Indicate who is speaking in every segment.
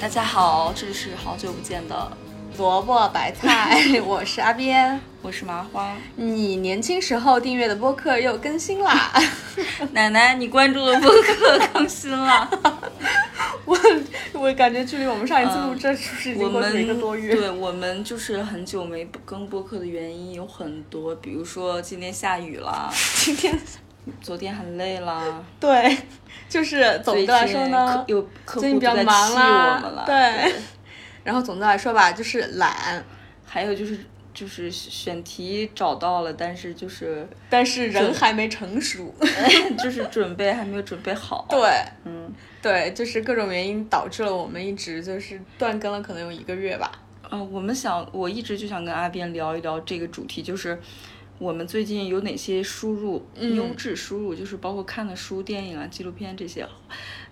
Speaker 1: 大家好，这里是好久不见的萝卜白菜，
Speaker 2: 我是阿边。
Speaker 1: 我是麻 花。
Speaker 2: 你年轻时候订阅的播客又更新啦！
Speaker 1: 奶奶，你关注的播客更新了，
Speaker 2: 我我感觉距离我们上一次录制是不是已
Speaker 1: 我
Speaker 2: 经过去了
Speaker 1: 们
Speaker 2: 一个多月？
Speaker 1: 对嗯我们就是很久没更播客的原因有很多，比如说今天下雨啦，
Speaker 2: 今天
Speaker 1: 昨天很累 啦，
Speaker 2: 对，就是总的来说
Speaker 1: 最近客，
Speaker 2: 呢
Speaker 1: 有客户
Speaker 2: 最近比较
Speaker 1: 都在
Speaker 2: 忙
Speaker 1: 气
Speaker 2: 啦
Speaker 1: 我们了，
Speaker 2: 对然后总的来说吧，就是懒，
Speaker 1: 还有就是就是选题找到了，但是就是
Speaker 2: 但是人
Speaker 1: 准
Speaker 2: 还没成熟。
Speaker 1: 就是准备还没有准备好，
Speaker 2: 对
Speaker 1: 嗯，
Speaker 2: 对，就是各种原因导致了我们一直就是断更了，可能有一个月吧。
Speaker 1: 呃，我们想，我一直就想跟阿边聊一聊这个主题，就是我们最近有哪些输入，优质输入，就是包括看的书、电影啊、纪录片这些。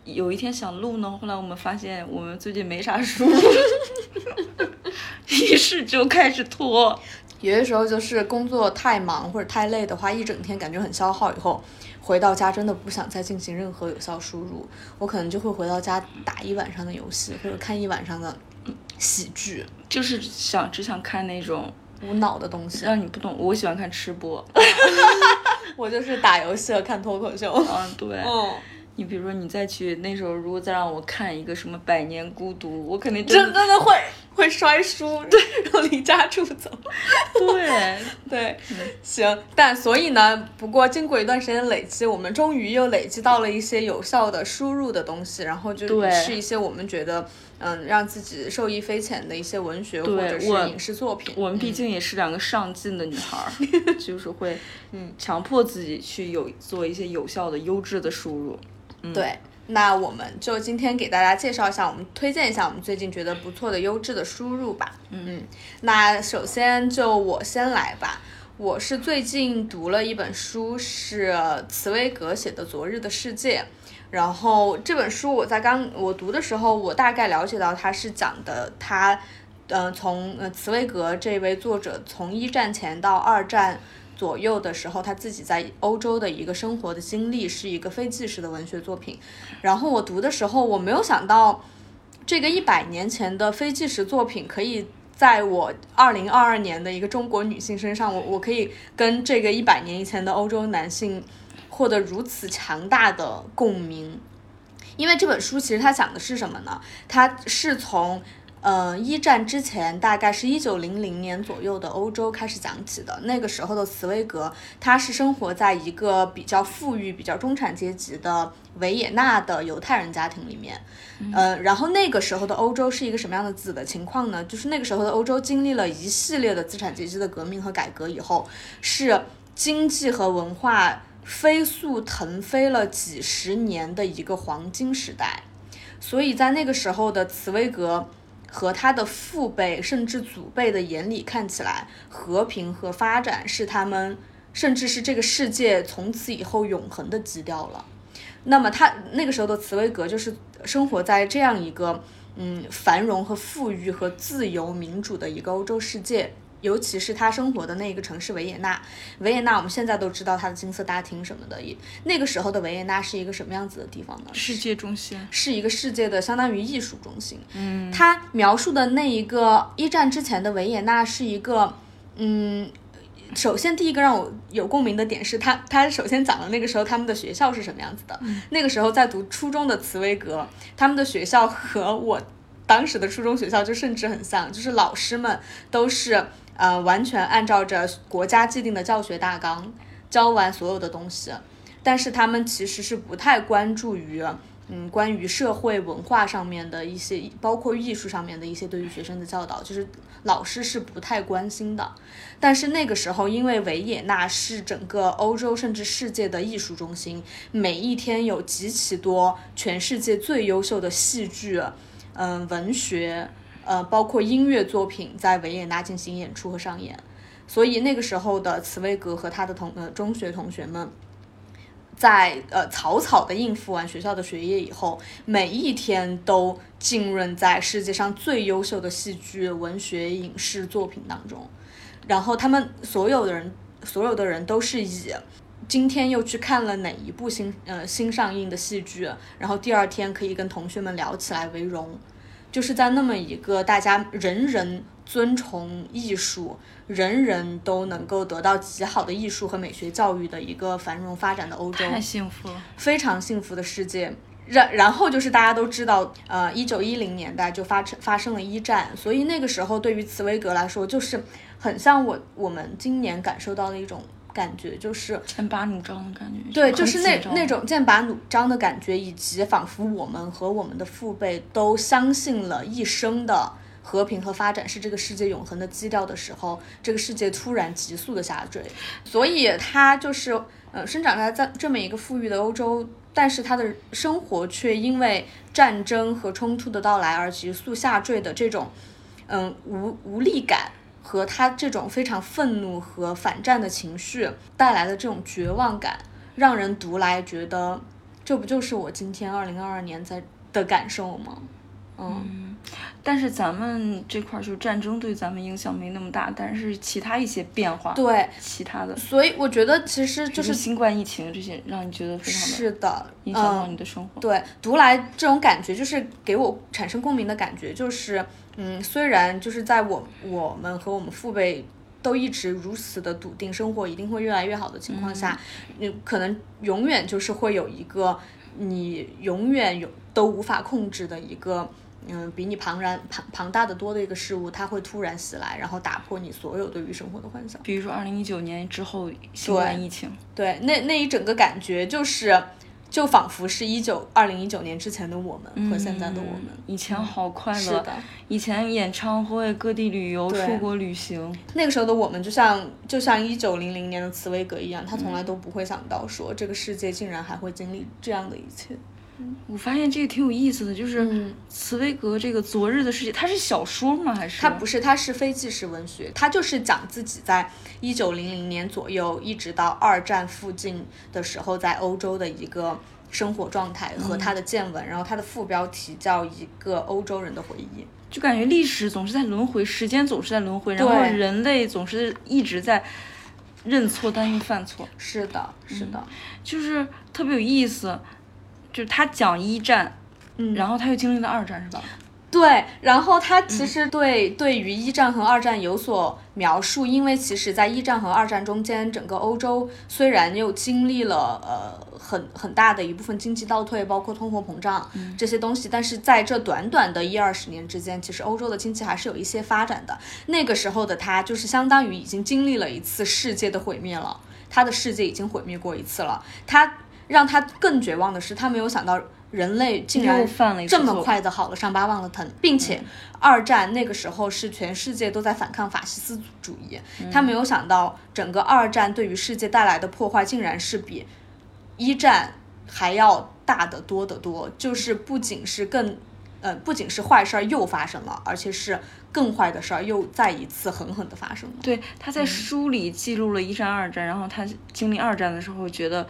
Speaker 1: 有一天想录呢，后来我们发现我们最近没啥输入，于是就开始拖。
Speaker 2: 有些时候就是工作太忙或者太累的话，一整天感觉很消耗，以后回到家真的不想再进行任何有效输入，我可能就会回到家打一晚上的游戏或者看一晚上的喜剧，
Speaker 1: 就是想只想看那种
Speaker 2: 无脑的东西。
Speaker 1: 让你不懂，我喜欢看吃播，
Speaker 2: 我就是打游戏和看脱口秀。
Speaker 1: 嗯，对，
Speaker 2: 嗯，
Speaker 1: 你比如说你再去那时候，如果再让我看一个什么《百年孤独》，我肯 定
Speaker 2: 真
Speaker 1: 真的
Speaker 2: 真的会会摔书，对，然后离家出走。
Speaker 1: 对，
Speaker 2: 对，行，但所以呢，不过经过一段时间的累积，我们终于又累积到了一些有效的输入的东西，然后就
Speaker 1: 对
Speaker 2: 是一些我们觉得嗯让自己受益匪浅的一些文学或者是
Speaker 1: 我
Speaker 2: 影视作品。
Speaker 1: 我们毕竟也是两个上进的女孩 儿，就是会强迫自己去有做一些有效的、优质的输入。
Speaker 2: 对，那我们就今天给大家介绍一下，我们推荐一下我们最近觉得不错的优质的输入吧。嗯，那首先就我先来吧。我是最近读了一本书，是茨威格写的《昨日的世界》。然后这本书我在刚我读的时候，我大概了解到它是讲的他，嗯、从呃茨威格这位作者从一战前到二战左右的时候，他自己在欧洲的一个生活的经历，是一个非纪实的文学作品。然后我读的时候，我没有想到这个一百年前的非纪实作品可以。在我二零二二年的一个中国女性身上，我我可以跟这个一百年以前的欧洲男性获得如此强大的共鸣。因为这本书其实它讲的是什么呢？它是从呃一战之前，大概是一九零零年左右的欧洲开始讲起的。那个时候的茨威格，他是生活在一个比较富裕、比较中产阶级的维也纳的犹太人家庭里面。呃，然后那个时候的欧洲是一个什么样的子的情况呢？就是那个时候的欧洲经历了一系列的资产阶级的革命和改革以后，是经济和文化飞速腾飞了几十年的一个黄金时代。所以在那个时候的茨威格和他的父辈甚至祖辈的眼里看起来，和平和发展是他们甚至是这个世界从此以后永恒的基调了。那么他那个时候的茨威格就是生活在这样一个嗯繁荣和富裕和自由民主的一个欧洲世界。尤其是他生活的那个城市维也纳，维也纳我们现在都知道它的金色大厅什么的，也那个时候的维也纳是一个什么样子的地方呢？
Speaker 1: 世界中心，
Speaker 2: 是一个世界的相当于艺术中心。嗯，他描述的那一个一战之前的维也纳是一个，嗯，首先第一个让我有共鸣的点是他，他首先讲了那个时候他们的学校是什么样子的。那个时候在读初中的茨威格，他们的学校和我当时的初中学校就甚至很像，就是老师们都是呃完全按照着国家既定的教学大纲教完所有的东西，但是他们其实是不太关注于。嗯，关于社会文化上面的一些，包括艺术上面的一些对于学生的教导，就是老师是不太关心的。但是那个时候，因为维也纳是整个欧洲甚至世界的艺术中心，每一天有极其多全世界最优秀的戏剧、嗯、文学、呃，包括音乐作品在维也纳进行演出和上演。所以那个时候的茨威格和他的同呃中学同学们，在呃草草的应付完学校的学业以后，每一天都浸润在世界上最优秀的戏剧、文学、影视作品当中。然后他们所有的人，所有的人都是以今天又去看了哪一部新呃新上映的戏剧，然后第二天可以跟同学们聊起来为荣。就是在那么一个大家人人尊崇艺术，人人都能够得到极好的艺术和美学教育的一个繁荣发展的欧洲，
Speaker 1: 太幸福了，
Speaker 2: 非常幸福的世界。然然后就是大家都知道，呃，一九一零年代就发生发生了一战，所以那个时候对于茨威格来说，就是很像我我们今年感受到的一种感觉，就是
Speaker 1: 剑拔弩张的感觉。
Speaker 2: 对，
Speaker 1: 很
Speaker 2: 就是那
Speaker 1: 紧张
Speaker 2: 那种剑拔弩张的感觉，以及仿佛我们和我们的父辈都相信了一生的和平和发展是这个世界永恒的基调的时候，这个世界突然急速的下坠。所以他就是呃，生长在在这么一个富裕的欧洲，但是他的生活却因为战争和冲突的到来而急速下坠的这种嗯无无力感。和他这种非常愤怒和反战的情绪带来的这种绝望感，让人读来觉得，这不就是我今天二零二二年在的感受吗？嗯，
Speaker 1: 但是咱们这块儿就是战争对咱们影响没那么大，但是其他一些变化，
Speaker 2: 对，
Speaker 1: 其他的
Speaker 2: 所以我觉得其实就
Speaker 1: 就是新冠疫情这些，让你觉得非常的
Speaker 2: 是的，
Speaker 1: 影响到你
Speaker 2: 嗯，
Speaker 1: 的生活。
Speaker 2: 对，读来这种感觉就是给我产生共鸣的感觉，就是嗯，虽然就是在我我们和我们父辈。都一直如此的笃定，生活一定会越来越好的情况下，你可能永远就是会有一个你永远有都无法控制的一个，嗯，比你庞然庞庞大的多的一个事物，它会突然袭来，然后打破你所有对于生活的幻想。
Speaker 1: 比如说二零一九年之后新冠疫情，
Speaker 2: 对，那那一整个感觉就是，就仿佛是一九二零一九年之前的我们和现在的我们。
Speaker 1: 嗯以前好快
Speaker 2: 是
Speaker 1: 乐，
Speaker 2: 的，
Speaker 1: 以前演唱会、各地旅游、出国旅行，
Speaker 2: 那个时候的我们就像就像一九零零年的茨威格一样，他从来都不会想到说这个世界竟然还会经历这样的一切。
Speaker 1: 我发现这个挺有意思的，就是
Speaker 2: 嗯，
Speaker 1: 茨威格这个《昨日的世界》，它是小说吗？还是
Speaker 2: 他不是，他是非纪实文学，他就是讲自己在一九零零年左右一直到二战附近的时候，在欧洲的一个生活状态和他的见闻，然后他的副标题叫《一个欧洲人的回忆》。
Speaker 1: 就感觉历史总是在轮回，时间总是在轮回，然
Speaker 2: 对
Speaker 1: 后人类总是一直在认错，但又犯错，
Speaker 2: 是的，是的，
Speaker 1: 就是特别有意思。就是他讲一战，
Speaker 2: 嗯
Speaker 1: 然后他又经历了二战，是吧？
Speaker 2: 对，然后他
Speaker 1: 嗯
Speaker 2: 其实对、对于一战和二战有所描述，因为其实，在一战和二战中间，整个欧洲虽然又经历了呃很很大的一部分经济倒退，包括通货膨胀、
Speaker 1: 嗯
Speaker 2: 这些东西，但是在这短短的一二十年之间，其实欧洲的经济还是有一些发展的。那个时候的他，就是相当于已经经历了一次世界的毁灭了，他的世界已经毁灭过一次了。他让他更绝望的是，他没有想到人类竟然
Speaker 1: 又犯了一次
Speaker 2: 这么
Speaker 1: 错
Speaker 2: 快的好了伤疤忘了疼，并且二战那个时候是全世界都在反抗法西斯主义，他没有想到整个二战对于世界带来的破坏竟然是比一战还要大得多得多，就是不仅是更。呃，不仅是坏事儿又发生了，而且是更坏的事儿又再一次狠狠的发生了。
Speaker 1: 对，他在书里记录了一战、二战，然后他经历二战的时候觉得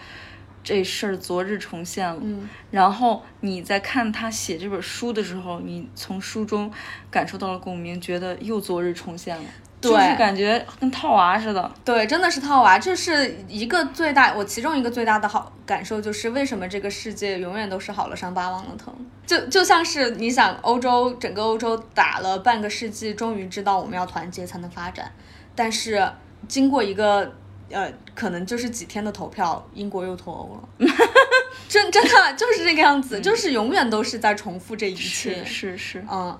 Speaker 1: 这事儿昨日重现了。
Speaker 2: 嗯，
Speaker 1: 然后你在看他写这本书的时候，你从书中感受到了共鸣，觉得又昨日重现了，就是
Speaker 2: 对
Speaker 1: 感觉跟套娃似的。
Speaker 2: 对，真的是套娃，这是一个最大，我其中一个最大的好感受就是为什么这个世界永远都是好了伤疤忘了疼，就就像是你想欧洲整个欧洲打了半个世纪，终于知道我们要团结才能发展，但是经过一个呃可能就是几天的投票，英国又脱欧了， 真真的就是这个样子，就是永远都是在重复这一切
Speaker 1: 是，是是，
Speaker 2: 嗯，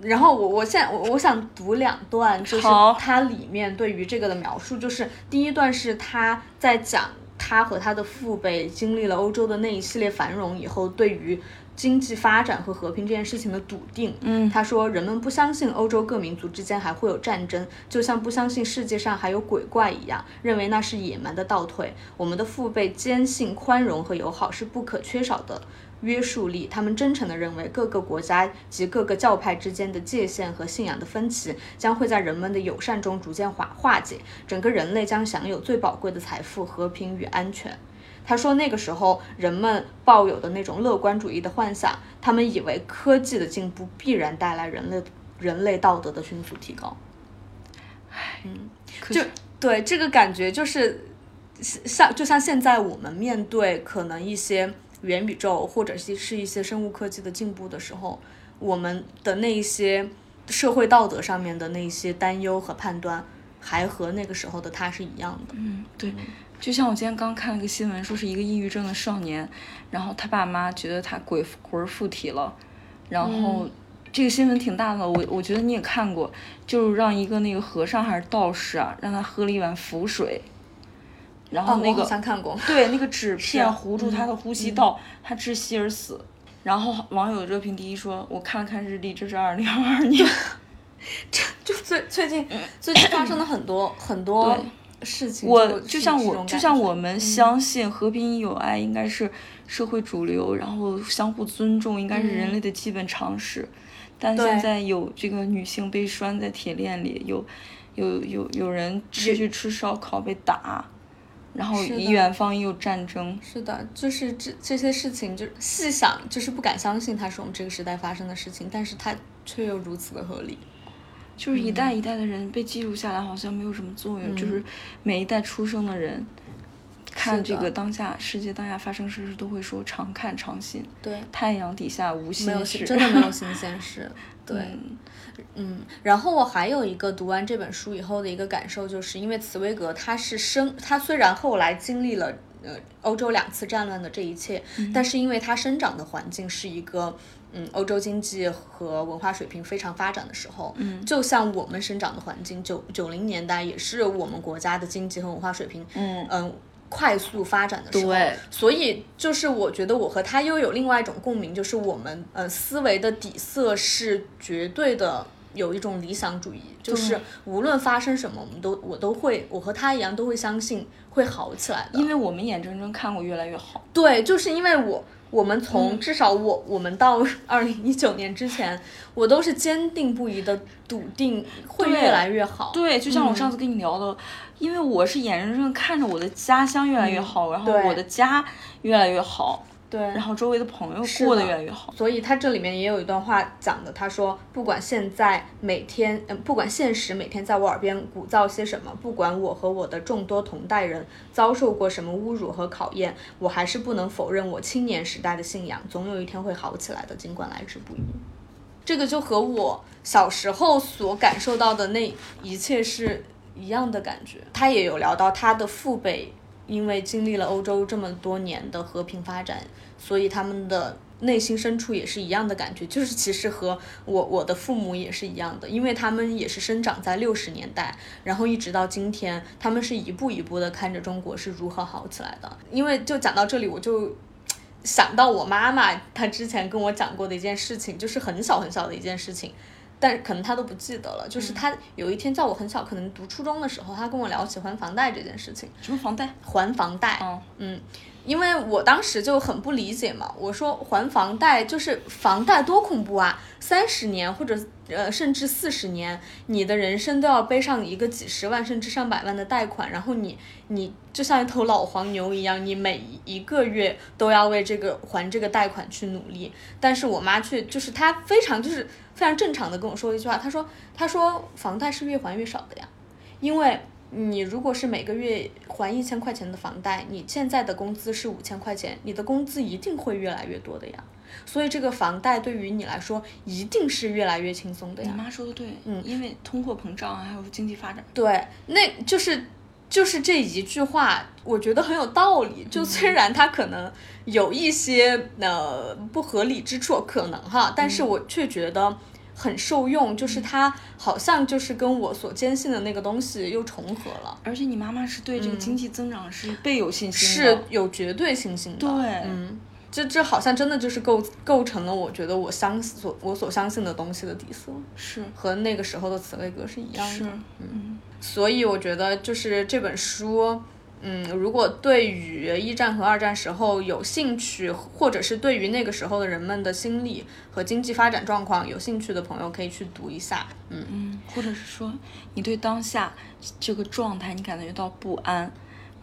Speaker 2: 然后我我现在我我想读两段，就是
Speaker 1: 好
Speaker 2: 它里面对于这个的描述，就是第一段是他在讲他和他的父辈经历了欧洲的那一系列繁荣以后，对于经济发展和和平这件事情的笃定。
Speaker 1: 嗯，
Speaker 2: 他说，人们不相信欧洲各民族之间还会有战争，就像不相信世界上还有鬼怪一样，认为那是野蛮的倒退。我们的父辈坚信宽容和友好是不可缺少的约束力，他们真诚地认为各个国家及各个教派之间的界限和信仰的分歧将会在人们的友善中逐渐化化解，整个人类将享有最宝贵的财富——和平与安全。他说，那个时候人们抱有的那种乐观主义的幻想，他们以为科技的进步必然带来人类人类道德的迅速提高。嗯
Speaker 1: 可就
Speaker 2: 对这个感觉就是像就像现在我们面对可能一些元宇宙或者是是一些生物科技的进步的时候，我们的那一些社会道德上面的那一些担忧和判断，还和那个时候的他是一样的。
Speaker 1: 嗯，对。就像我今天刚看了个新闻，说是一个抑郁症的少年，然后他爸妈觉得他鬼魂附体了，然
Speaker 2: 嗯
Speaker 1: 后这个新闻挺大的，我我觉得你也看过，就是让一个那个和尚还是道士啊，让他喝了一碗符水，然后那
Speaker 2: 哦我
Speaker 1: 个、
Speaker 2: 好像看过。
Speaker 1: 对那个纸片
Speaker 2: 是嗯
Speaker 1: 糊住他的呼吸道，他窒息而死。然后网友热评第一说，我看了看日历，这是二零二二 年。
Speaker 2: 就最最近最近发生了很 多很多事情，
Speaker 1: 我
Speaker 2: 就是
Speaker 1: 就像
Speaker 2: 呃这
Speaker 1: 我
Speaker 2: 种
Speaker 1: 就
Speaker 2: 感
Speaker 1: 像
Speaker 2: 觉嗯
Speaker 1: 我们相信和平友爱应该是社会主流，然后相互尊重应该是人类的基本常识，但
Speaker 2: 嗯对
Speaker 1: 现在有这个女性被拴在铁链里，有有有有人吃去吃烧烤被打，然后
Speaker 2: 是的
Speaker 1: 远方也有战争，
Speaker 2: 是的，就是这这些事情，就是细想，就是不敢相信它是我们这个时代发生的事情，但是它却又如此的合理。
Speaker 1: 就是
Speaker 2: 嗯
Speaker 1: 一代一代的人被记录下来，好像没有什么作用，就是每一代出生的人。看
Speaker 2: 是
Speaker 1: 这
Speaker 2: 的
Speaker 1: 个当下世界当下发生事，都会说常看常新。
Speaker 2: 对，
Speaker 1: 太阳底下无
Speaker 2: 没
Speaker 1: 新
Speaker 2: 有
Speaker 1: 事，
Speaker 2: 新真的没有新鲜事。对，
Speaker 1: 嗯
Speaker 2: 嗯，然后我还有一个读完这本书以后的一个感受，就是因为茨威格他是生，他虽然后来经历了呃欧洲两次战乱的这一切，但是因为他生长的环境是一个嗯欧洲经济和文化水平非常发展的时候，嗯，就像我们生长的环境，九九零年代也是我们国家的经济和文化水平，嗯快速发展的时候，
Speaker 1: 对
Speaker 2: 所以就是我觉得我和他又有另外一种共鸣，就是我们呃思维的底色是绝对的有一种理想主义，就是无论发生什么，我们都我都会，我和他一样都会相信会好起来的。
Speaker 1: 因为我们眼睁睁看过越来越好，
Speaker 2: 对，就是因为我我们
Speaker 1: 嗯
Speaker 2: 从至少我我们到 二零一九年之前，我都是坚定不移的笃定会
Speaker 1: 对
Speaker 2: 越来越好。
Speaker 1: 对，就像我上次跟你聊的，因为我是眼睁睁看着我的家乡越来越好，然后
Speaker 2: 对
Speaker 1: 我的家越来越好，
Speaker 2: 对，
Speaker 1: 然后周围的朋友过得越来越好，
Speaker 2: 所以他这里面也有一段话讲的，他说不管现在每天，嗯，不管现实每天在我耳边鼓噪些什么，不管我和我的众多同代人遭受过什么侮辱和考验，我还是不能否认我青年时代的信仰，总有一天会好起来的，尽管来之不易。这个就和我小时候所感受到的那一切是一样的感觉。他也有聊到他的父辈，因为经历了欧洲这么多年的和平发展，所以他们的内心深处也是一样的感觉，就是其实和我我的父母也是一样的，因为他们也是生长在六十年代，然后一直到今天，他们是一步一步的看着中国是如何好起来的。因为就讲到这里，我就想到我妈妈她之前跟我讲过的一件事情，就是很小很小的一件事情，但可能她都不记得了。就是她有一天在我很小，可能读初中的时候，她跟我聊起还房贷这件事情，
Speaker 1: 什么房贷，
Speaker 2: 还房贷。
Speaker 1: 嗯
Speaker 2: 嗯，因为我当时就很不理解嘛，我说还房贷就是房贷多恐怖啊，三十年或者呃甚至四十年，你的人生都要背上一个几十万甚至上百万的贷款，然后你你就像一头老黄牛一样，你每一个月都要为这个还这个贷款去努力。但是我妈却就是她非常就是非常正常的跟我说一句话，她说她说房贷是越还越少的呀，因为。你如果是每个月还一千块钱的房贷，你现在的工资是五千块钱，你的工资一定会越来越多的呀。所以这个房贷对于你来说一定是越来越轻松的
Speaker 1: 你
Speaker 2: 呀。
Speaker 1: 妈说的对，嗯因为通货膨胀啊还有经济发展，
Speaker 2: 对，那就是就是这一句话，我觉得很有道理。就
Speaker 1: 嗯
Speaker 2: 虽然它可能有一些呃不合理之处，可能哈，但
Speaker 1: 嗯
Speaker 2: 是我却觉得。很受用，就是它好像就是跟我所坚信的那个东西又重合了，
Speaker 1: 而且你妈妈是对这个经济增长嗯是倍有信心的，
Speaker 2: 是有绝对信心的。
Speaker 1: 对，
Speaker 2: 嗯，这这好像真的就是构构成了我觉得我相所我所相信的东西的底色，
Speaker 1: 是
Speaker 2: 和那个时候的茨威格是一样的。
Speaker 1: 是，嗯，
Speaker 2: 所以我觉得就是这本书，嗯，如果对于一战和二战时候有兴趣，或者是对于那个时候的人们的心理和经济发展状况有兴趣的朋友，可以去读一下。嗯，
Speaker 1: 嗯，或者是说你对当下这个状态你感觉到不安，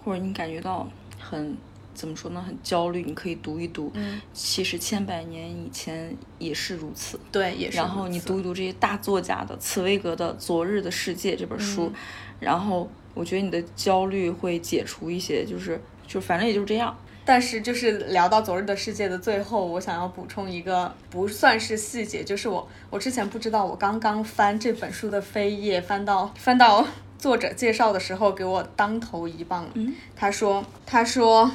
Speaker 1: 或者你感觉到很怎么说呢，很焦虑，你可以读一读。嗯，其实千百年以前也是如此。
Speaker 2: 对，也是如
Speaker 1: 然
Speaker 2: 此。
Speaker 1: 后你读一读这些大作家的茨威格的《昨日的世界》这本书，
Speaker 2: 嗯
Speaker 1: 然后我觉得你的焦虑会解除一些，就是就反正也就是这样。
Speaker 2: 但是就是聊到《昨日的世界》的最后，我想要补充一个不算是细节，就是我我之前不知道，我刚刚翻这本书的扉页，翻到翻到作者介绍的时候，给我当头一棒了。他说他说。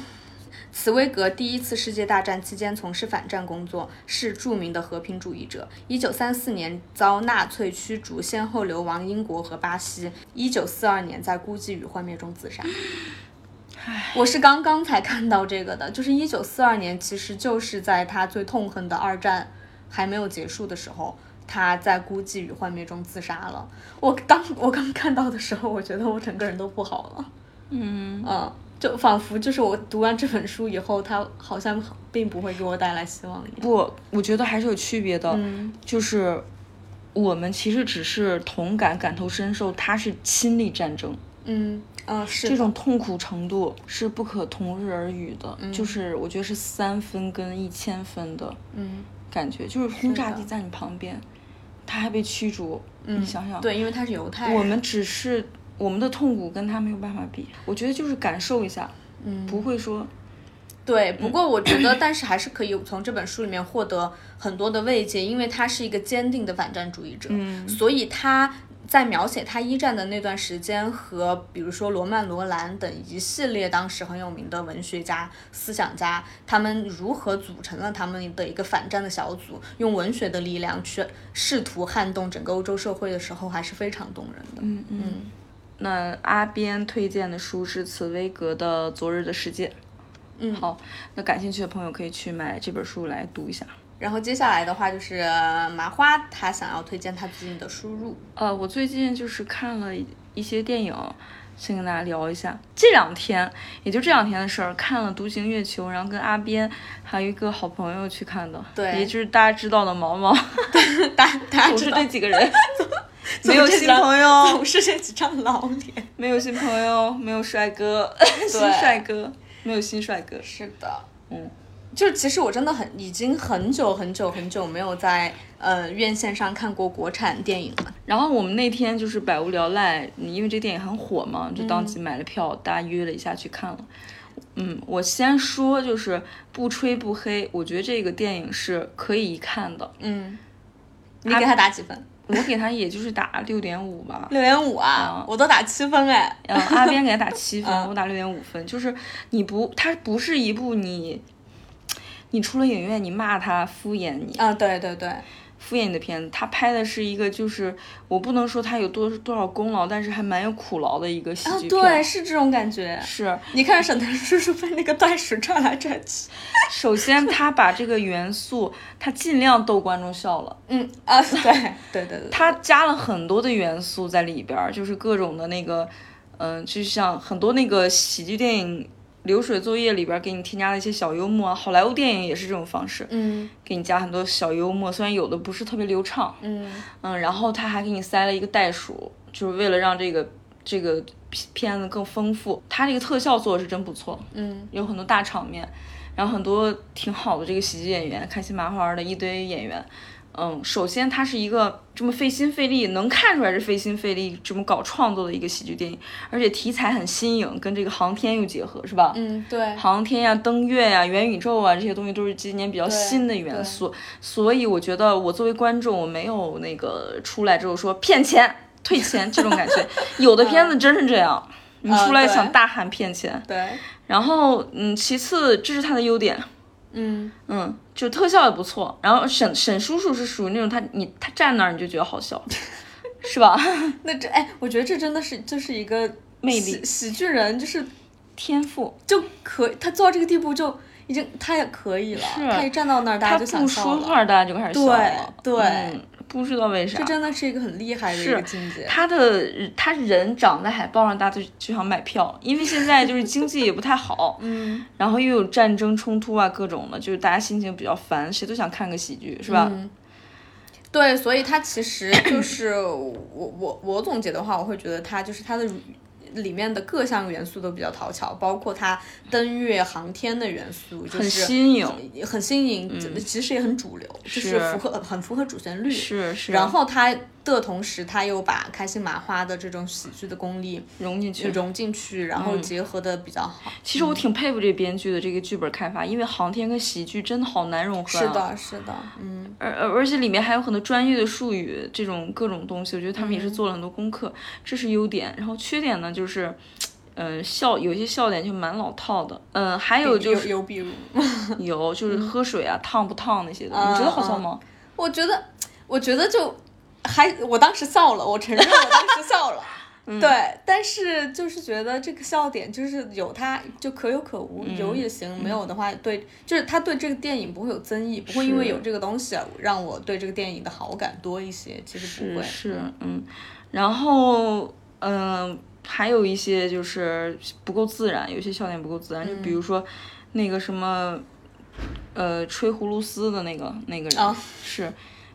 Speaker 2: 茨威格第一次世界大战期间从事反战工作，是著名的和平主义者。1934年遭纳粹驱逐，先后流亡英国和巴西。1942年在孤寂与幻灭中自杀。我是刚刚才看到这个的，就是1942年，其实就是在他最痛恨的二战还没有结束的时候。他在孤寂与幻灭中自杀了。我当我刚看到的时候，我觉得我整个人都不好了。
Speaker 1: 嗯，
Speaker 2: 嗯，就仿佛就是我读完这本书以后，它好像并不会给我带来希望一样。
Speaker 1: 不，我觉得还是有区别的，
Speaker 2: 嗯
Speaker 1: 就是我们其实只是同感、感同身受，它是亲历战争，
Speaker 2: 嗯嗯，是
Speaker 1: 这种痛苦程度是不可同日而语的，就是我觉得是三分跟一千分的
Speaker 2: 嗯
Speaker 1: 感觉，就是轰炸机在你旁边，他还被驱逐，你想想，
Speaker 2: 对，因为他是犹嗯太人。
Speaker 1: 我们只是我们的痛苦跟他没有办法比，我觉得就是感受一下，
Speaker 2: 嗯
Speaker 1: 不会说
Speaker 2: 对，不过我 觉得，但是还是可以从这本书里面获得很多的慰藉，因为他是一个坚定的反战主义者，所以他在描写他一战的那段时间和比如说罗曼·罗兰等一系列当时很有名的文学家、思想家，他们如何组成了他们的一个反战的小组，用文学的力量去试图撼动整个欧洲社会的时候，还是非常动人的。嗯嗯
Speaker 1: 那阿边推荐的书是茨威格的《昨日的世界》。
Speaker 2: 嗯，
Speaker 1: 好，那感兴趣的朋友可以去买这本书来读一下。
Speaker 2: 然后接下来的话就是呃麻花，他想要推荐他最近的输入。
Speaker 1: 呃，我最近就是看了一一些电影，先跟大家聊一下。这两天，也就这两天的事儿，看了《独行月球》，然后跟阿边还有一个好朋友去看的，
Speaker 2: 对
Speaker 1: 也就是大家知道的毛毛，
Speaker 2: 大大家
Speaker 1: 就
Speaker 2: 知
Speaker 1: 是
Speaker 2: 道
Speaker 1: 这几个 人，没有新朋友，
Speaker 2: 总是这几张老脸。
Speaker 1: 没有新朋友，没有帅哥， 新
Speaker 2: 对
Speaker 1: 帅哥，没有新帅哥，
Speaker 2: 是的，
Speaker 1: 嗯，
Speaker 2: 就是其实我真的很已经很久很久很久没有在呃院线上看过国产电影了。
Speaker 1: 然后我们那天就是百无聊赖，你因为这电影很火嘛，就
Speaker 2: 嗯
Speaker 1: 当即买了票，大家约了一下去看了。嗯，我先说，就是不吹不黑，我觉得这个电影是可以一看的。
Speaker 2: 嗯，你给他打几分？
Speaker 1: 我给他也就是打六点五吧，
Speaker 2: 六点五
Speaker 1: 哦
Speaker 2: 啊，我都打七分哎。
Speaker 1: 嗯，阿边给他打七分，
Speaker 2: 嗯
Speaker 1: 我打六点五分。就是你不，它不是一部你，你出了影院你骂他敷衍你，
Speaker 2: 啊，对对对，
Speaker 1: 敷衍你的片子，他拍的是一个就是我不能说他有多多少功劳，但是还蛮有苦劳的一个喜剧片。
Speaker 2: 啊对，是这种感觉。
Speaker 1: 是，
Speaker 2: 你看沈腾叔叔被那个断石拽来拽去，
Speaker 1: 首先，他把这个元 素，他尽量逗观众笑了。
Speaker 2: 嗯啊，对对对对，
Speaker 1: 他加了很多的元素在里边儿，就是各种的那个，嗯、就像很多那个喜剧电影《流水作业》里边儿给你添加了一些小幽默啊，好莱坞电影也是这种方式，
Speaker 2: 嗯
Speaker 1: 给你加很多小幽默，虽然有的不是特别流畅，
Speaker 2: 嗯
Speaker 1: 嗯，然后他还给你塞了一个袋鼠，就是为了让这个这个片子更丰富。他这个特效做的是真不错，
Speaker 2: 嗯，
Speaker 1: 有很多大场面，然后很多挺好的这个喜剧演员，开心麻花的一堆演员。嗯，首先它是一个这么费心费力，能看出来是费心费力这么搞创作的一个喜剧电影，而且题材很新颖，跟这个航天又结合，是吧？
Speaker 2: 嗯对，
Speaker 1: 航天呀、登月呀、元宇宙啊，这些东西都是今年比较新的元素，所以我觉得我作为观众，我没有那个出来之后说骗钱、退钱这种感 觉。有的片子真是这样，你出来
Speaker 2: 嗯对
Speaker 1: 想大喊骗钱。
Speaker 2: 对，
Speaker 1: 然后，嗯，其次这是它的优点，
Speaker 2: 嗯
Speaker 1: 嗯，就特效也不错。然后沈沈叔叔是属于那种他你他站那儿你就觉得好笑，是吧？
Speaker 2: 那这哎，我觉得这真的是就是一个
Speaker 1: 魅
Speaker 2: 喜
Speaker 1: 力、
Speaker 2: 喜剧人，就是
Speaker 1: 天赋，
Speaker 2: 就可他做到这个地步就已经他也可以了，他一站到那儿大
Speaker 1: 他
Speaker 2: 家就想
Speaker 1: 不
Speaker 2: 笑
Speaker 1: 说
Speaker 2: 了，
Speaker 1: 话大家就开始笑了。
Speaker 2: 对对
Speaker 1: 嗯不知道为啥
Speaker 2: 这。真的是一个很厉害的一个境界。
Speaker 1: 他的他人长在海报上，大家就就想买票，因为现在就是经济也不太好，
Speaker 2: 嗯，
Speaker 1: 然后又有战争冲突啊，各种的，就是大家心情比较烦，谁都想看个喜剧，是吧？
Speaker 2: 嗯对，所以他其实就是我我我总结的话，我会觉得他就是他的里面的各项元素都比较讨巧，包括他登月航天的元素，就
Speaker 1: 很
Speaker 2: 是
Speaker 1: 新颖，嗯
Speaker 2: 很很新颖，其实也很主流，就是
Speaker 1: 是
Speaker 2: 符合很符合主旋律。
Speaker 1: 是是。
Speaker 2: 然后他的同时，他又把开心麻花的这种喜剧的功力
Speaker 1: 融进去。
Speaker 2: 融进去，然
Speaker 1: 嗯
Speaker 2: 后结合的比较好。
Speaker 1: 其实我挺佩服这编剧的这个剧本开发，因为航天跟喜剧真的好难融合、啊。
Speaker 2: 是的，是的，嗯，
Speaker 1: 而而而且里面还有很多专业的术语，这种各种东西，我觉得他们也是做了很多功课，这是优点。然后缺点呢，就是，嗯、笑有些笑点就蛮老套的，嗯、还有就是
Speaker 2: 有比如，
Speaker 1: 有就是喝水啊烫不烫那些的，你觉得好笑吗？
Speaker 2: 我觉得，我觉得就还，我当时笑了，我承认我当时笑 了。嗯
Speaker 1: 嗯
Speaker 2: 对，但是就是觉得这个笑点就是有它就可有可无，有也行，
Speaker 1: 嗯
Speaker 2: 没有的话对，就是他对这个电影不会有争议，不会因为有这个东西让我对这个电影的好感多一些，其实不会。
Speaker 1: 是，嗯，然后嗯、还有一些就是不够自然，有些笑点不够自然，就比如说那个什么，呃，吹葫芦丝的那个那个人、
Speaker 2: 啊
Speaker 1: 是，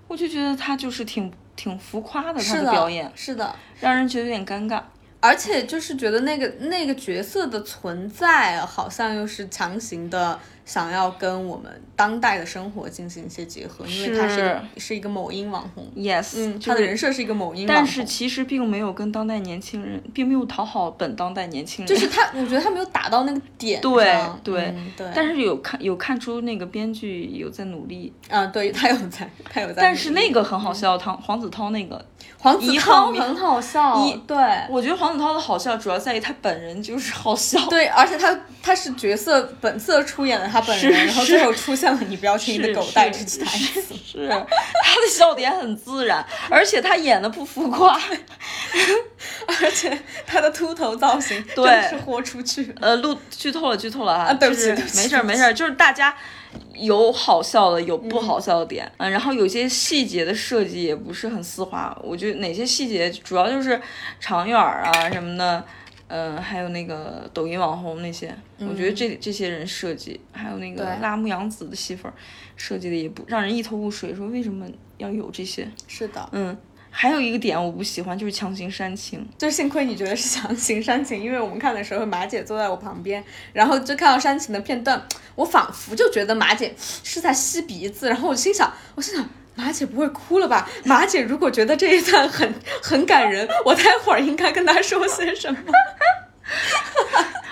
Speaker 1: 我就觉得他就是挺挺浮夸的，他
Speaker 2: 是
Speaker 1: 的表演
Speaker 2: 是的，
Speaker 1: 让人觉得有点尴尬。
Speaker 2: 而且就是觉得那个那个角色的存在，好像又是强行的想要跟我们当代的生活进行一些结合，因为他是一个是一个某音网红，
Speaker 1: Yes，
Speaker 2: 嗯，
Speaker 1: 就
Speaker 2: 他的
Speaker 1: 是
Speaker 2: 人设是一个某音网
Speaker 1: 但
Speaker 2: 红，
Speaker 1: 是其实并没有跟当代年轻人，并没有讨好本当代年轻人。
Speaker 2: 就是他，我觉得他没有打到那个点上，
Speaker 1: 对对
Speaker 2: 嗯对，
Speaker 1: 但是有看有看出那个编剧有在努力，
Speaker 2: 啊，对 他有在，他有在努力，
Speaker 1: 但是那个很好笑，唐黄子韬那个，
Speaker 2: 黄子
Speaker 1: 一
Speaker 2: 韬
Speaker 1: 号名
Speaker 2: 很好笑，对
Speaker 1: 我觉得黄子韬的好笑主要在于他本人就是好笑，
Speaker 2: 对，而且他他是角色本色出演了他本人，
Speaker 1: 是
Speaker 2: 然后
Speaker 1: 是
Speaker 2: 最后出现了“你不要去你的
Speaker 1: 是
Speaker 2: 狗带”这
Speaker 1: 是
Speaker 2: 句台词，
Speaker 1: 是 他的笑点很自然，而且他演的不浮夸，
Speaker 2: 而且他的秃头造型真
Speaker 1: 对
Speaker 2: 的是豁出去了。
Speaker 1: 呃，录剧透了，剧透了啊！
Speaker 2: 对不
Speaker 1: 就
Speaker 2: 起
Speaker 1: 是
Speaker 2: 对不起
Speaker 1: 没事
Speaker 2: 对
Speaker 1: 儿
Speaker 2: 不
Speaker 1: 没事儿，就是大家有好笑的，有不好笑的点，嗯，然后有些细节的设计也不是很丝滑，我觉得哪些细节主要就是长远儿啊什么的，嗯、还有那个抖音网红那些，我觉得这这些人设计，还有那个
Speaker 2: 嗯对
Speaker 1: 辣目洋子的戏份儿设计的也不让人一头雾水，说为什么要有这些？
Speaker 2: 是的，
Speaker 1: 嗯，还有一个点我不喜欢就是强行煽情，
Speaker 2: 就是幸亏你觉得是强 行煽情，因为我们看的时候马姐坐在我旁边，然后就看到煽情的片段，我仿佛就觉得马姐是在吸鼻子，然后我心想，我心想。马姐不会哭了吧？马姐如果觉得这一段很很感人，我待会儿应该跟她说些 什么？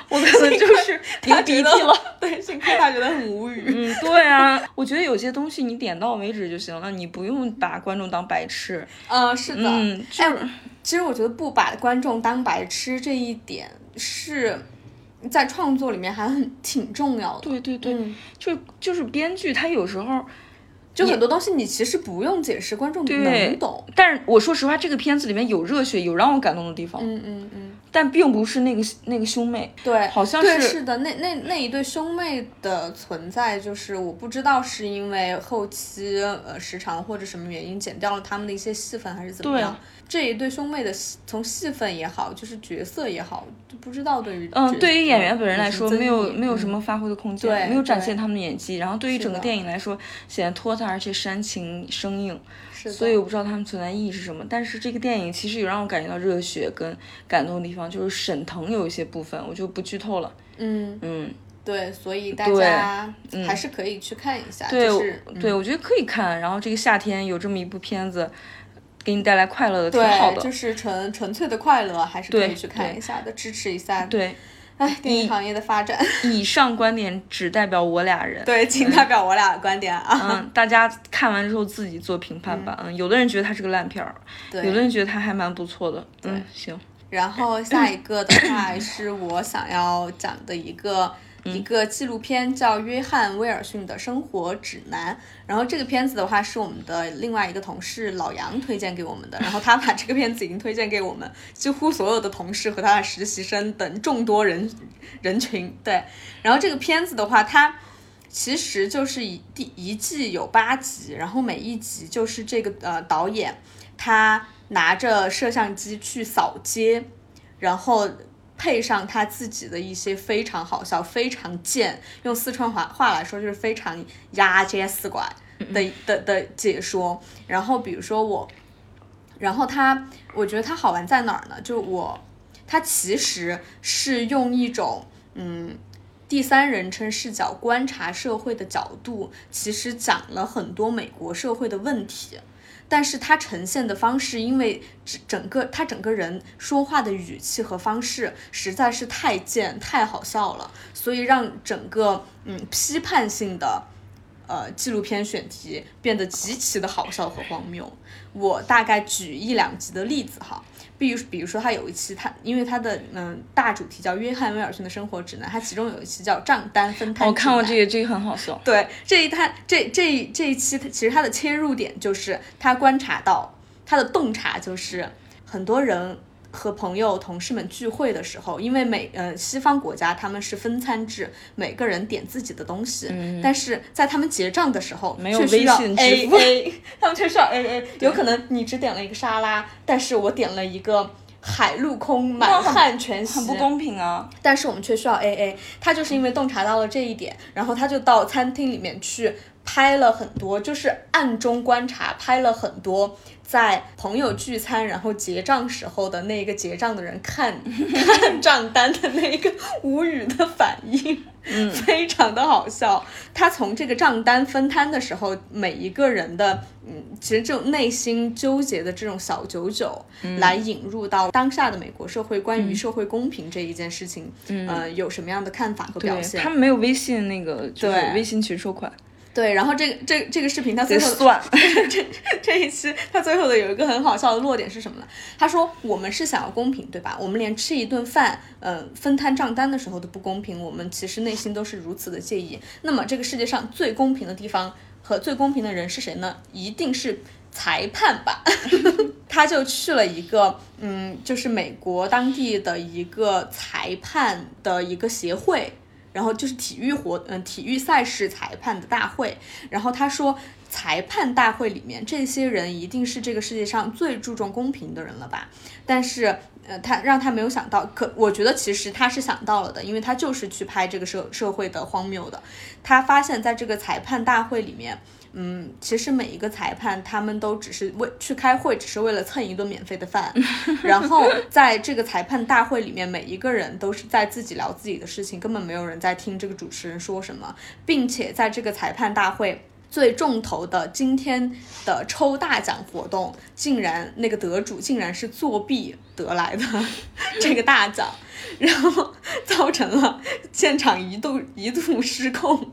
Speaker 1: 我可能就是流
Speaker 2: 她
Speaker 1: 鼻涕
Speaker 2: 觉得
Speaker 1: 了。，
Speaker 2: 对，幸亏她觉得很无语。
Speaker 1: 嗯，对啊，我觉得有些东西你点到为止就行了，你不用把观众当白痴。
Speaker 2: 嗯，是的。
Speaker 1: 嗯，就
Speaker 2: 哎，其实我觉得不把观众当白痴这一点是在创作里面还很挺重要的。
Speaker 1: 对对对，
Speaker 2: 嗯
Speaker 1: 就就是编剧他有时候，
Speaker 2: 就很多东西你其实不用解释，观众能懂。
Speaker 1: 但是我说实话，这个片子里面有热血，有让我感动的地方，
Speaker 2: 嗯嗯嗯，
Speaker 1: 但并不是那个那个兄妹。
Speaker 2: 对，
Speaker 1: 好像
Speaker 2: 对
Speaker 1: 是
Speaker 2: 是的，那那那一对兄妹的存在，就是我不知道是因为后期呃时长或者什么原因剪掉了他们的一些戏份，还是怎么
Speaker 1: 对
Speaker 2: 样。这一对兄妹的戏从戏份也好，就是角色也好，就不知道对于
Speaker 1: 嗯
Speaker 2: 角，
Speaker 1: 对于演
Speaker 2: 色
Speaker 1: 员本人来说，
Speaker 2: 有什么
Speaker 1: 没有
Speaker 2: 争议
Speaker 1: 没有
Speaker 2: 嗯
Speaker 1: 什么发挥的空
Speaker 2: 对
Speaker 1: 间，没有展
Speaker 2: 对
Speaker 1: 现他们的演技。然后对于
Speaker 2: 是
Speaker 1: 整个
Speaker 2: 的
Speaker 1: 电影来说，显得拖沓，而且煽情生硬。
Speaker 2: 是的
Speaker 1: 所以我不知道他们存在意义是什么。但是这个电影其实有让我感觉到热血跟感动的地方，就是沈腾有一些部分，我就不剧透了。
Speaker 2: 嗯，
Speaker 1: 嗯，
Speaker 2: 对，所以大家还是可以去看一下，
Speaker 1: 对，
Speaker 2: 就
Speaker 1: 我
Speaker 2: 是嗯
Speaker 1: 对，我觉得可以看。然后这个夏天有这么一部片子，给你带来快乐的，挺好
Speaker 2: 对，
Speaker 1: 的。
Speaker 2: 就是纯纯粹的快乐，还是可以
Speaker 1: 对
Speaker 2: 去看一下的，支持一下，
Speaker 1: 对，
Speaker 2: 哎，电影行业的发展，
Speaker 1: 以上观点只代表我俩人。
Speaker 2: 对， 请代表我俩的观点啊，
Speaker 1: 嗯，大家看完之后自己做评判吧。嗯，有的人觉得它是个烂片儿，有的
Speaker 2: 对。
Speaker 1: 人觉得它还蛮不错的。嗯，行，
Speaker 2: 然后下一个的话是我想要讲的一个。一个纪录片叫《约翰·威尔逊的生活指南》，然后这个片子的话是我们的另外一个同事老杨推荐给我们的，然后他把这个片子已经推荐给我们几乎所有的同事和他的实习生等众多人人群。对，然后这个片子的话，它其实就是一第一季有八集，然后每一集就是这个呃导演他拿着摄像机去扫街，然后配上他自己的一些非常好笑、非常贱，用四川话话来说就是非常压街四拐的的的解说。然后比如说我，然后他，我觉得他好玩在哪儿呢？就我，他其实是用一种嗯。第三人称视角观察社会的角度，其实讲了很多美国社会的问题。但是他呈现的方式，因为整整个他整个人说话的语气和方式实在是太贱、太好笑了，所以让整个嗯批判性的呃纪录片选题变得极其的好笑和荒谬。我大概举一两集的例子哈。比如，比如说，他有一期他，因为他的嗯大主题叫《约翰威尔逊的生活指南》，他其中有一期叫“账单分摊”。
Speaker 1: 哦我看过这个，这个很好笑。
Speaker 2: 对，这一摊这这这一期，其实他的切入点就是他观察到他的洞察就是很多人和朋友、同事们聚会的时候，因为每呃西方国家他们是分餐制，每个人点自己的东西，
Speaker 1: 嗯
Speaker 2: 但是在他们结账的时候，
Speaker 1: 没有
Speaker 2: 却需
Speaker 1: 微
Speaker 2: 要
Speaker 1: 信
Speaker 2: A
Speaker 1: 支付
Speaker 2: A，他们却需要 A A，有可能你只点了一个沙拉，但是我点了一个。海陆空满
Speaker 1: 很
Speaker 2: 汉全席，
Speaker 1: 很不公平啊！
Speaker 2: 但是我们却需要 A A。他就是因为洞察到了这一点，然后他就到餐厅里面去拍了很多，就是暗中观察，拍了很多在朋友聚餐然后结账时候的那个结账的人看看 账单的那个无语的反应。
Speaker 1: 嗯
Speaker 2: 非常的好笑。他从这个账单分摊的时候，每一个人的嗯，其实这种内心纠结的这种小九九，
Speaker 1: 嗯
Speaker 2: 来引入到当下的美国社会关于社会公平这一件事情，嗯、呃，有什么样的看法和表
Speaker 1: 对，
Speaker 2: 现？
Speaker 1: 他们没有微信那个，就是
Speaker 2: 对
Speaker 1: 微信群收款
Speaker 2: 对然后这个这这个视频他最
Speaker 1: 得
Speaker 2: 后的
Speaker 1: 算。
Speaker 2: 这一期他最后的有一个很好笑的落点是什么呢？他说我们是想要公平，对吧？我们连吃一顿饭，呃，分摊账单的时候都不公平，我们其实内心都是如此的介意。那么这个世界上最公平的地方和最公平的人是谁呢？一定是裁判吧。他就去了一个，嗯，就是美国当地的一个裁判的一个协会，然后就是体育活，嗯，体育赛事裁判的大会。然后他说，裁判大会里面这些人一定是这个世界上最注重公平的人了吧？但是，呃，他让他没有想到，可我觉得其实他是想到了的，因为他就是去拍这个社社会的荒谬的。他发现，在这个裁判大会里面，嗯，其实每一个裁判他们都只是为去开会，只是为了蹭一顿免费的饭。 然后在这个裁判大会里面，每一个人都是在自己聊自己的事情，根本没有人在听这个主持人说什么，并且在这个裁判大会。最重头的今天的抽大奖活动，竟然那个得主竟然是作弊得来的 这个大奖，然后造成了现场一度一度失控。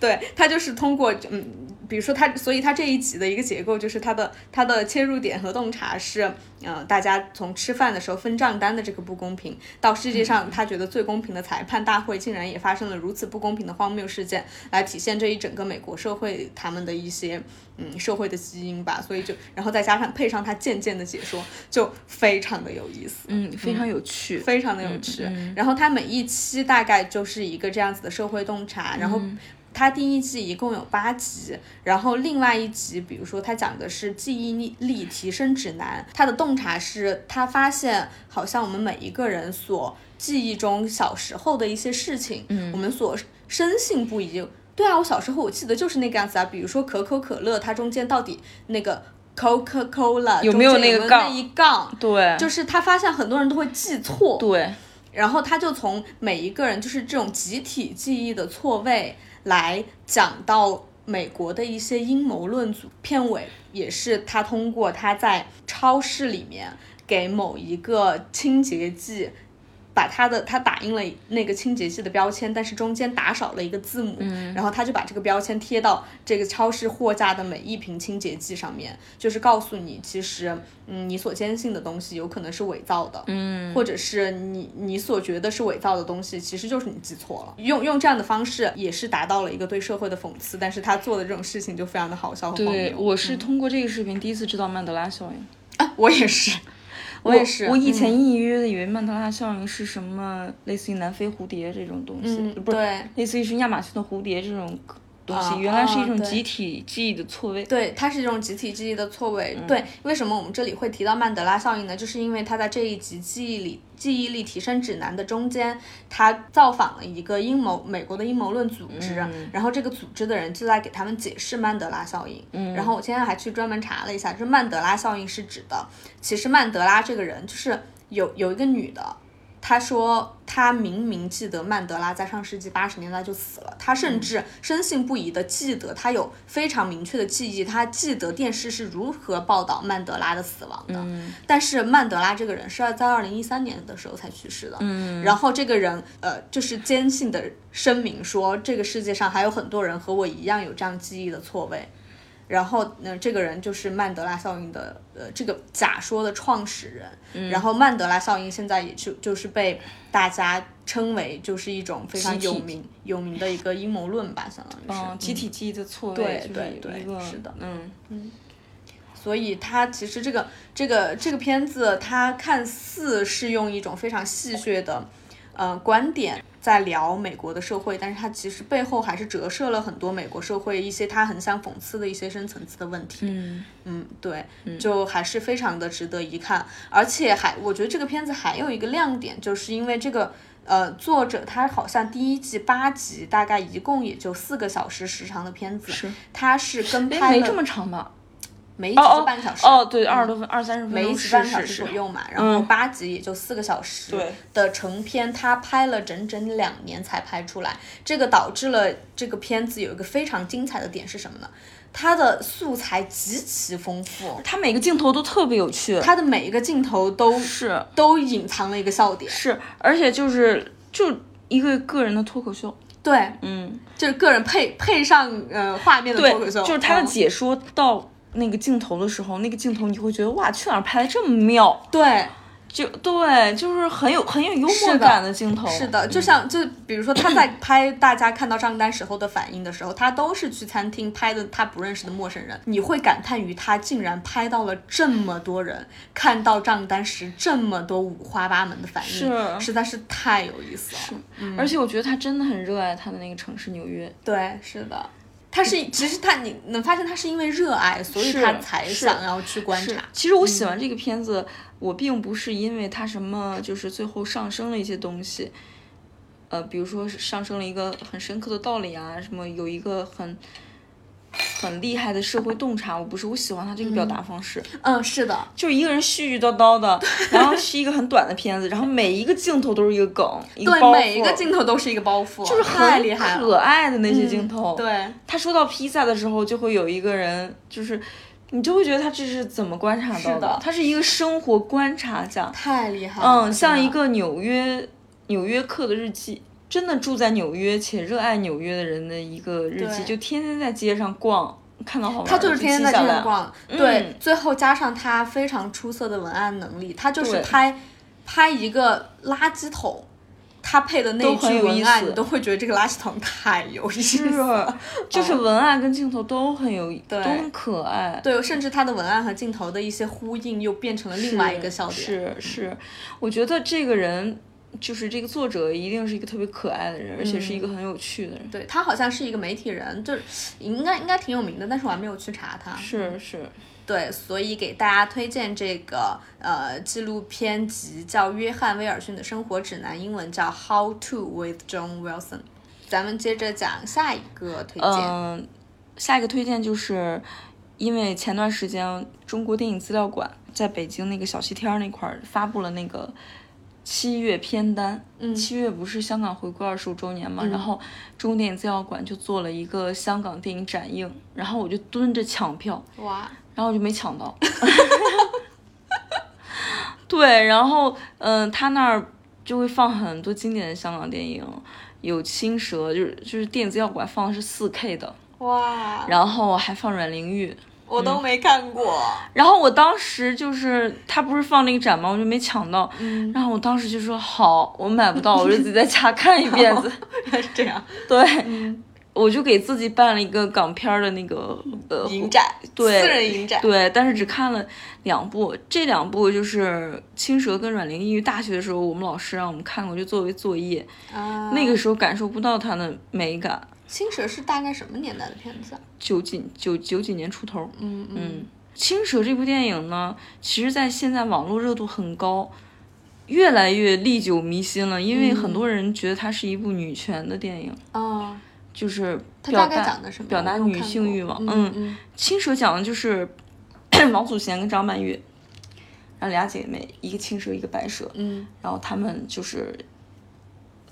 Speaker 2: 对他就是通过嗯，比如说他，所以他这一集的一个结构就是他的他的切入点和洞察是，呃，大家从吃饭的时候分账单的这个不公平，到世界上他觉得最公平的裁判大会竟然也发生了如此不公平的荒谬事件，来体现这一整个美国社会他们的一些嗯社会的基因吧。所以就然后再加上配上他渐渐的解说，就非常的有意思。
Speaker 1: 嗯，非常有趣。
Speaker 2: 非常的有
Speaker 1: 嗯
Speaker 2: 趣。然后它每一期大概就是一个这样子的社会洞察，然后。
Speaker 1: 嗯
Speaker 2: 它第一季一共有八集，然后另外一集，比如说它讲的是记忆力力提升指南，它的洞察是，它发现好像我们每一个人所记忆中小时候的一些事情，嗯，我们所深信不疑。对啊，我小时候我记得就是那个样子啊，比如说可口可乐，它中间到底那个 Coca Cola
Speaker 1: 有没有那个
Speaker 2: 那
Speaker 1: 杠
Speaker 2: 一杠？
Speaker 1: 对，
Speaker 2: 就是他发现很多人都会记错，
Speaker 1: 对，
Speaker 2: 然后他就从每一个人就是这种集体记忆的错位来讲到美国的一些阴谋论组。片尾也是他通过他在超市里面给某一个清洁剂。把他的他打印了那个清洁剂的标签，但是中间打少了一个字母，
Speaker 1: 嗯
Speaker 2: 然后他就把这个标签贴到这个超市货架的每一瓶清洁剂上面，就是告诉你，其实，嗯，你所坚信的东西有可能是伪造的，嗯，或者是你你所觉得是伪造的东西，其实就是你记错了。用用这样的方式也是达到了一个对社会的讽刺，但是他做的这种事情就非常的好笑和荒
Speaker 1: 对，
Speaker 2: 谬。
Speaker 1: 我是通过这个视频第一次知道曼德拉效应。
Speaker 2: 啊我也是，我也是，啊嗯
Speaker 1: 我以前隐隐约约的以为曼德拉效应是什么类似于南非蝴蝶这种东西，
Speaker 2: 嗯
Speaker 1: 不是
Speaker 2: 对
Speaker 1: 类似于是亚马逊的蝴蝶这种东西，
Speaker 2: 啊
Speaker 1: 原来是
Speaker 2: 啊
Speaker 1: 一种
Speaker 2: 对
Speaker 1: 集体记忆的错位。
Speaker 2: 对，它是一种集体记忆的错位。对，为什么我们这里会提到曼德拉效应呢？就是因为他在这一集记忆里。记忆力提升指南的中间，他造访了一个阴谋美国的阴谋论组织，然后这个组织的人就在给他们解释曼德拉效应。嗯，然后我现在还去专门查了一下，就是曼德拉效应是指的，其实曼德拉这个人就是有有一个女的，她说他明明记得曼德拉在上世纪八十年代就死了，他甚至深信不疑的记得，他有非常明确的记忆，他记得电视是如何报道曼德拉的死亡的。但是曼德拉这个人是在二零一三年的时候才去世的。嗯，然后这个人呃，就是坚信的声明说，这个世界上还有很多人和我一样有这样记忆的错位。然后呢、呃这个人就是曼德拉效应的呃这个假说的创始人。
Speaker 1: 嗯
Speaker 2: 然后曼德拉效应现在也就就是被大家称为就是一种非常
Speaker 1: 集体
Speaker 2: 有名有名的一个阴谋论吧，相当于是。
Speaker 1: 嗯，集体记忆的错位，
Speaker 2: 对
Speaker 1: 就是
Speaker 2: 对
Speaker 1: 有一
Speaker 2: 对
Speaker 1: 个
Speaker 2: 是的
Speaker 1: 嗯，
Speaker 2: 所以它其实这个这个这个片子，它看似是用一种非常戏谑的呃观点在聊美国的社会，但是它其实背后还是折射了很多美国社会一些它很想讽刺的一些深层次的问题。
Speaker 1: 嗯
Speaker 2: 嗯，对，就还是非常的值得一看，而且还我觉得这个片子还有一个亮点，就是因为这个。呃，作者他好像第一季八集，大概一共也就四个小时时长的片子，
Speaker 1: 是
Speaker 2: 他是跟
Speaker 1: 哎，
Speaker 2: 拍
Speaker 1: 没
Speaker 2: 了
Speaker 1: 这么长吧？
Speaker 2: 每一集
Speaker 1: 哦
Speaker 2: 就
Speaker 1: 哦
Speaker 2: 半小时
Speaker 1: 哦，对，二十多分，二三十分
Speaker 2: 每一
Speaker 1: 钟，
Speaker 2: 集
Speaker 1: 是
Speaker 2: 半小
Speaker 1: 是
Speaker 2: 时
Speaker 1: 是
Speaker 2: 左右嘛，然后
Speaker 1: 嗯
Speaker 2: 八集也就四个小时
Speaker 1: 对
Speaker 2: 的成片，他拍了整整两年才拍出来，这个导致了这个片子有一个非常精彩的点是什么呢？它的素材极其丰富，
Speaker 1: 他每个镜头都特别有趣，
Speaker 2: 它的每一个镜头都
Speaker 1: 是
Speaker 2: 都隐藏了一个笑点，
Speaker 1: 是，而且就是就一个个人的脱口秀，
Speaker 2: 对，
Speaker 1: 嗯，
Speaker 2: 就是个人配配上呃画面的
Speaker 1: 对
Speaker 2: 脱口，秀，
Speaker 1: 就是他的
Speaker 2: 嗯
Speaker 1: 解说到那个镜头的时候，那个镜头你会觉得哇，去哪儿拍的这么妙？
Speaker 2: 对，
Speaker 1: 就对，就是很有很有幽
Speaker 2: 是
Speaker 1: 默
Speaker 2: 的
Speaker 1: 感的镜头。
Speaker 2: 是的，就像就比如说他在拍大家看到账单时候的反应的时候，他都是去餐厅拍的他不认识的陌生人，你会感叹于他竟然拍到了这么多人看到账单时这么多五花八门的反应，
Speaker 1: 是
Speaker 2: 实在是太有意思了。
Speaker 1: 而且我觉得他真的很热爱他的那个城市纽约。
Speaker 2: 嗯对，是的。他是，其实他你能发现他是因为热爱，所以
Speaker 1: 嗯是
Speaker 2: 他才
Speaker 1: 是
Speaker 2: 想要去观察。
Speaker 1: 其实我喜欢这个片子，我并不是因为它什么，就是最后上升了一些东西，呃，比如说是上升了一个很深刻的道理啊，什么有一个很很厉害的社会洞察。我不是，我喜欢他这个表达方式，
Speaker 2: 嗯，是的，
Speaker 1: 就是一个人絮絮叨叨的，然后是一个很短的片子，然后每一个镜头都是一个 梗，一个
Speaker 2: 对，
Speaker 1: 包袱，
Speaker 2: 每一个镜头都是一个包袱，就是太厉害
Speaker 1: 很可
Speaker 2: 了。
Speaker 1: 爱的那些镜头，
Speaker 2: 对，
Speaker 1: 嗯他说到披萨的时候，就会有一个人，就是你就会觉得他这是怎么观察到
Speaker 2: 是的
Speaker 1: 他是一个生活观察家，
Speaker 2: 太厉害了。
Speaker 1: 嗯，像
Speaker 2: 真
Speaker 1: 一
Speaker 2: 的
Speaker 1: 个纽约纽约客的日记，真的住在纽约且热爱纽约的人的一个日记，
Speaker 2: 对
Speaker 1: 就天天在街上逛，看到好玩的
Speaker 2: 他就是天天在
Speaker 1: 记下
Speaker 2: 街
Speaker 1: 来嗯
Speaker 2: 上，逛，对，最后加上他非常出色的文案能力，他就是
Speaker 1: 对
Speaker 2: 拍拍一个垃圾桶，他配的那
Speaker 1: 都
Speaker 2: 一
Speaker 1: 很
Speaker 2: 句
Speaker 1: 有
Speaker 2: 文
Speaker 1: 意
Speaker 2: 案，
Speaker 1: 思
Speaker 2: 你都会觉得这个垃圾桶太有意思
Speaker 1: 是
Speaker 2: 了。，
Speaker 1: 就是文案跟镜头都很有，
Speaker 2: 嗯对
Speaker 1: 都很可爱，
Speaker 2: 对，甚至他的文案和镜头的一些呼应，又变成了另外一个笑点。
Speaker 1: 是是，我觉得这个人就是这个作者一定是一个特别可爱的人，而且是一
Speaker 2: 嗯
Speaker 1: 个很有趣的人。
Speaker 2: 对他好像是一个媒体人，就是应该应该挺有名的，但是我还没有去查他。
Speaker 1: 是是，
Speaker 2: 对，所以给大家推荐这个呃纪录片集，叫《约翰·威尔逊的生活指南》，英文叫《How to with John Wilson》。咱们接着讲下一个推荐，
Speaker 1: 嗯，下一个推荐就是，因为前段时间中国电影资料馆在北京那个小西天儿那块儿发布了那个七月片单。嗯，七月不是香港回归二十五周年
Speaker 2: 嗯
Speaker 1: 嘛，然后中国电影资料馆就做了一个香港电影展映，然后我就蹲着抢票，
Speaker 2: 哇，
Speaker 1: 然后哦我就没抢到。对，然后嗯、呃他那儿就会放很多经典的香港电影，有《青蛇》，就是就是电子药馆放的是四 K 的，
Speaker 2: 哇，
Speaker 1: 然后还放阮玲玉。
Speaker 2: 我都没看过，
Speaker 1: 然后我当时就是他不是放那个展吗？我就没抢到。
Speaker 2: 嗯，
Speaker 1: 然后我当时就说好，我买不到，我就自己在 家看一遍子。
Speaker 2: 是这样，
Speaker 1: 对，
Speaker 2: 嗯
Speaker 1: 我就给自己办了一个港片儿的那个呃
Speaker 2: 影展，
Speaker 1: 对
Speaker 2: 私人影展，
Speaker 1: 对，但是只看了两部，这两部就是《青蛇》跟《阮玲玉》。大学的时候，我们老师让我们看过，就作为作业。
Speaker 2: 啊，
Speaker 1: 那个时候感受不到它的美感。
Speaker 2: 青蛇是大概什么年代的片子啊？
Speaker 1: 九几九九几年出头，《
Speaker 2: 嗯嗯，
Speaker 1: 青蛇》这部电影呢，其实在现在网络热度很高，越来越历久弥新了，因
Speaker 2: 嗯
Speaker 1: 为很多人觉得它是一部女权的电影，
Speaker 2: 哦，
Speaker 1: 就是嗯
Speaker 2: 它
Speaker 1: 表
Speaker 2: 大概
Speaker 1: 达
Speaker 2: 讲的什么？
Speaker 1: 表达
Speaker 2: 我没有
Speaker 1: 女
Speaker 2: 看
Speaker 1: 性
Speaker 2: 过
Speaker 1: 欲望。
Speaker 2: 嗯嗯，
Speaker 1: 青蛇讲的就是 王祖贤跟张曼玉，然后俩姐妹，一个青蛇，一个白蛇，
Speaker 2: 嗯
Speaker 1: 然后她们就是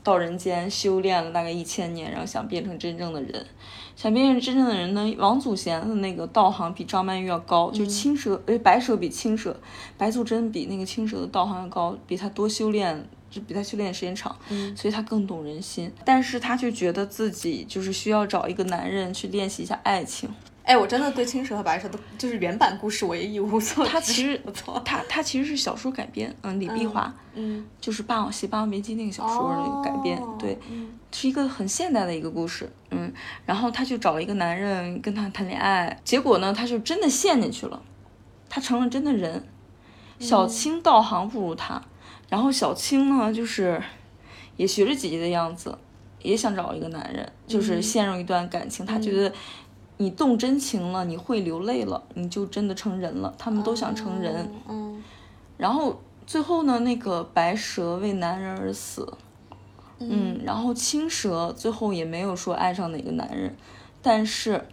Speaker 1: 到人间修炼了大概一千年，然后想变成真正的人，想变成真正的人呢？王祖贤的那个道行比张曼玉要高，就是青蛇，哎，白蛇比青蛇，白素贞比那个青蛇的道行要高，比她多修炼，就比她修炼的时间长，
Speaker 2: 嗯
Speaker 1: 所以她更懂人心。但是她却觉得自己就是需要找一个男人去练习一下爱情。
Speaker 2: 哎，我真的对青蛇和白蛇都就是原版故事我也一无所知。
Speaker 1: 它其实
Speaker 2: 不错，
Speaker 1: 它它其实是小说改编，嗯，李碧华，
Speaker 2: 嗯，
Speaker 1: 就是《霸王写霸王别姬》那个小说那个改编，
Speaker 2: 哦
Speaker 1: 对，
Speaker 2: 嗯
Speaker 1: 是一个很现代的一个故事，嗯，然后她就找了一个男人跟她谈恋爱，结果呢，她就真的陷进去了，她成了真的人，小青道行不如她，然后小青呢，就是也学着姐姐的样子，也想找一个男人，就是陷入一段感情，她觉得。你动真情了，你会流泪了，你就真的成人了。他们都想成人，
Speaker 2: 嗯，
Speaker 1: 然后最后呢，那个白蛇为男人而死，嗯，然后青蛇最后也没有说爱上哪个男人，但是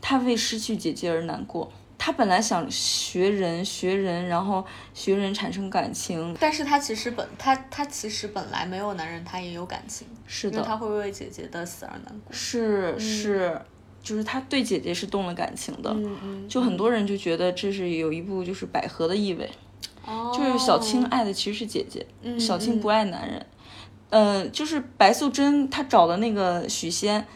Speaker 1: 她为失去姐姐而难过。她本来想学人，学人，然后学人产生感情，
Speaker 2: 但是他其实本他他其实本来没有男人，他也有感情，
Speaker 1: 是
Speaker 2: 因为他嗯
Speaker 1: 的，
Speaker 2: 会为姐姐的死而难过。
Speaker 1: 是是，就是她对姐姐是动了感情的。
Speaker 2: 嗯嗯，
Speaker 1: 就很多人就觉得这是有一部就是百合的意味，
Speaker 2: 哦
Speaker 1: 就是小青爱的其实是姐姐，
Speaker 2: 嗯
Speaker 1: 小青不爱男人。呃，就是白素贞她找的那个许仙，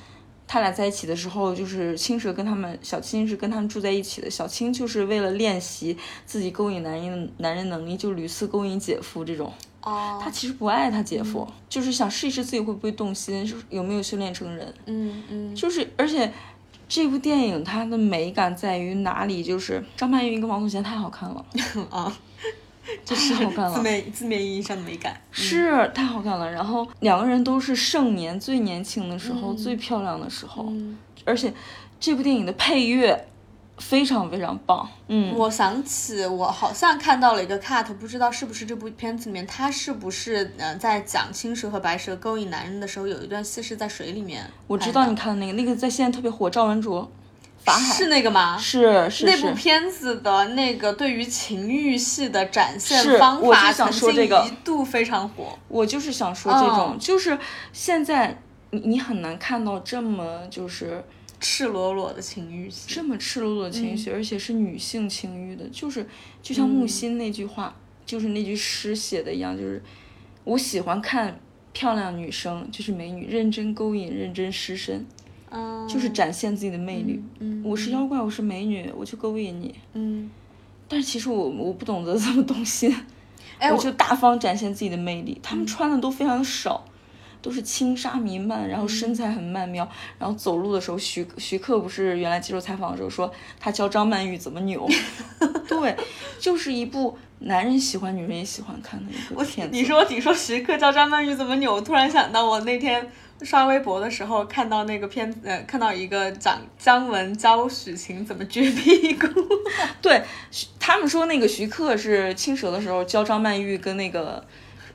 Speaker 1: 他俩在一起的时候，就是青蛇跟他们，小青是跟他们住在一起的。小青就是为了练习自己勾引男人男人能力，就屡次勾引姐夫这种。
Speaker 2: 哦，
Speaker 1: 她其实不爱她姐夫，就是想试一试自己会不会动心，是有没有修炼成人。
Speaker 2: 嗯嗯，
Speaker 1: 就是而且这部电影它的美感在于哪里？就是张曼玉跟王祖贤太好看了，
Speaker 2: 啊，这
Speaker 1: 太好看了
Speaker 2: 字面字面意义上的美感。
Speaker 1: 是太好看了。然后两个人都是盛年最年轻的时候，最漂亮的时候，
Speaker 2: 嗯，
Speaker 1: 而且这部电影的配乐非常非常棒。嗯，
Speaker 2: 我想起我好像看到了一个 cut，不知道是不是这部片子里面，他是不是呃在讲青蛇和白蛇勾引男人的时候，有一段戏是在水里面拍的。哎
Speaker 1: 我知道你看的那个，那个在现在特别火，赵文卓，法海
Speaker 2: 是那个吗？
Speaker 1: 是是
Speaker 2: 那部
Speaker 1: 是。
Speaker 2: 片子的那个对于情欲戏的展现
Speaker 1: 是
Speaker 2: 方
Speaker 1: 我
Speaker 2: 法，
Speaker 1: 就想说这个
Speaker 2: 一度非常火。
Speaker 1: 我就是想说这种，
Speaker 2: 嗯
Speaker 1: 就是现在你你很难看到这么就是
Speaker 2: 赤裸裸的情欲戏，
Speaker 1: 这么赤裸裸的
Speaker 2: 嗯
Speaker 1: 情绪，而且是女性情欲的，就是就像木心那句话，就是那句诗写的一样，就是我喜欢看漂亮女生，就是美女，认真勾引，认真失身，
Speaker 2: 嗯，
Speaker 1: 就是展现自己的魅力。
Speaker 2: 嗯，
Speaker 1: 我是妖怪，我是美女，我就勾引你。
Speaker 2: 嗯，
Speaker 1: 但是其实我我不懂得这么动心，
Speaker 2: 哎，
Speaker 1: 我
Speaker 2: 我嗯
Speaker 1: 就大方展现自己的魅力。他们穿的都非常少，都是轻纱弥漫，然后
Speaker 2: 嗯
Speaker 1: 身材很曼妙，然后走路的时候，徐徐克不是原来接受采访的时候说他教张曼玉怎么 扭，对，就是一部男人喜欢女人也喜欢看的一个片子。
Speaker 2: 你说你说徐克教张曼玉怎么扭，我突然想到我那天刷微博的时候看到那个片子，呃，看到一个讲姜文教许晴怎么撅屁 股，
Speaker 1: 对，徐他们说那个徐克是青蛇的时候教张曼玉跟那个。呃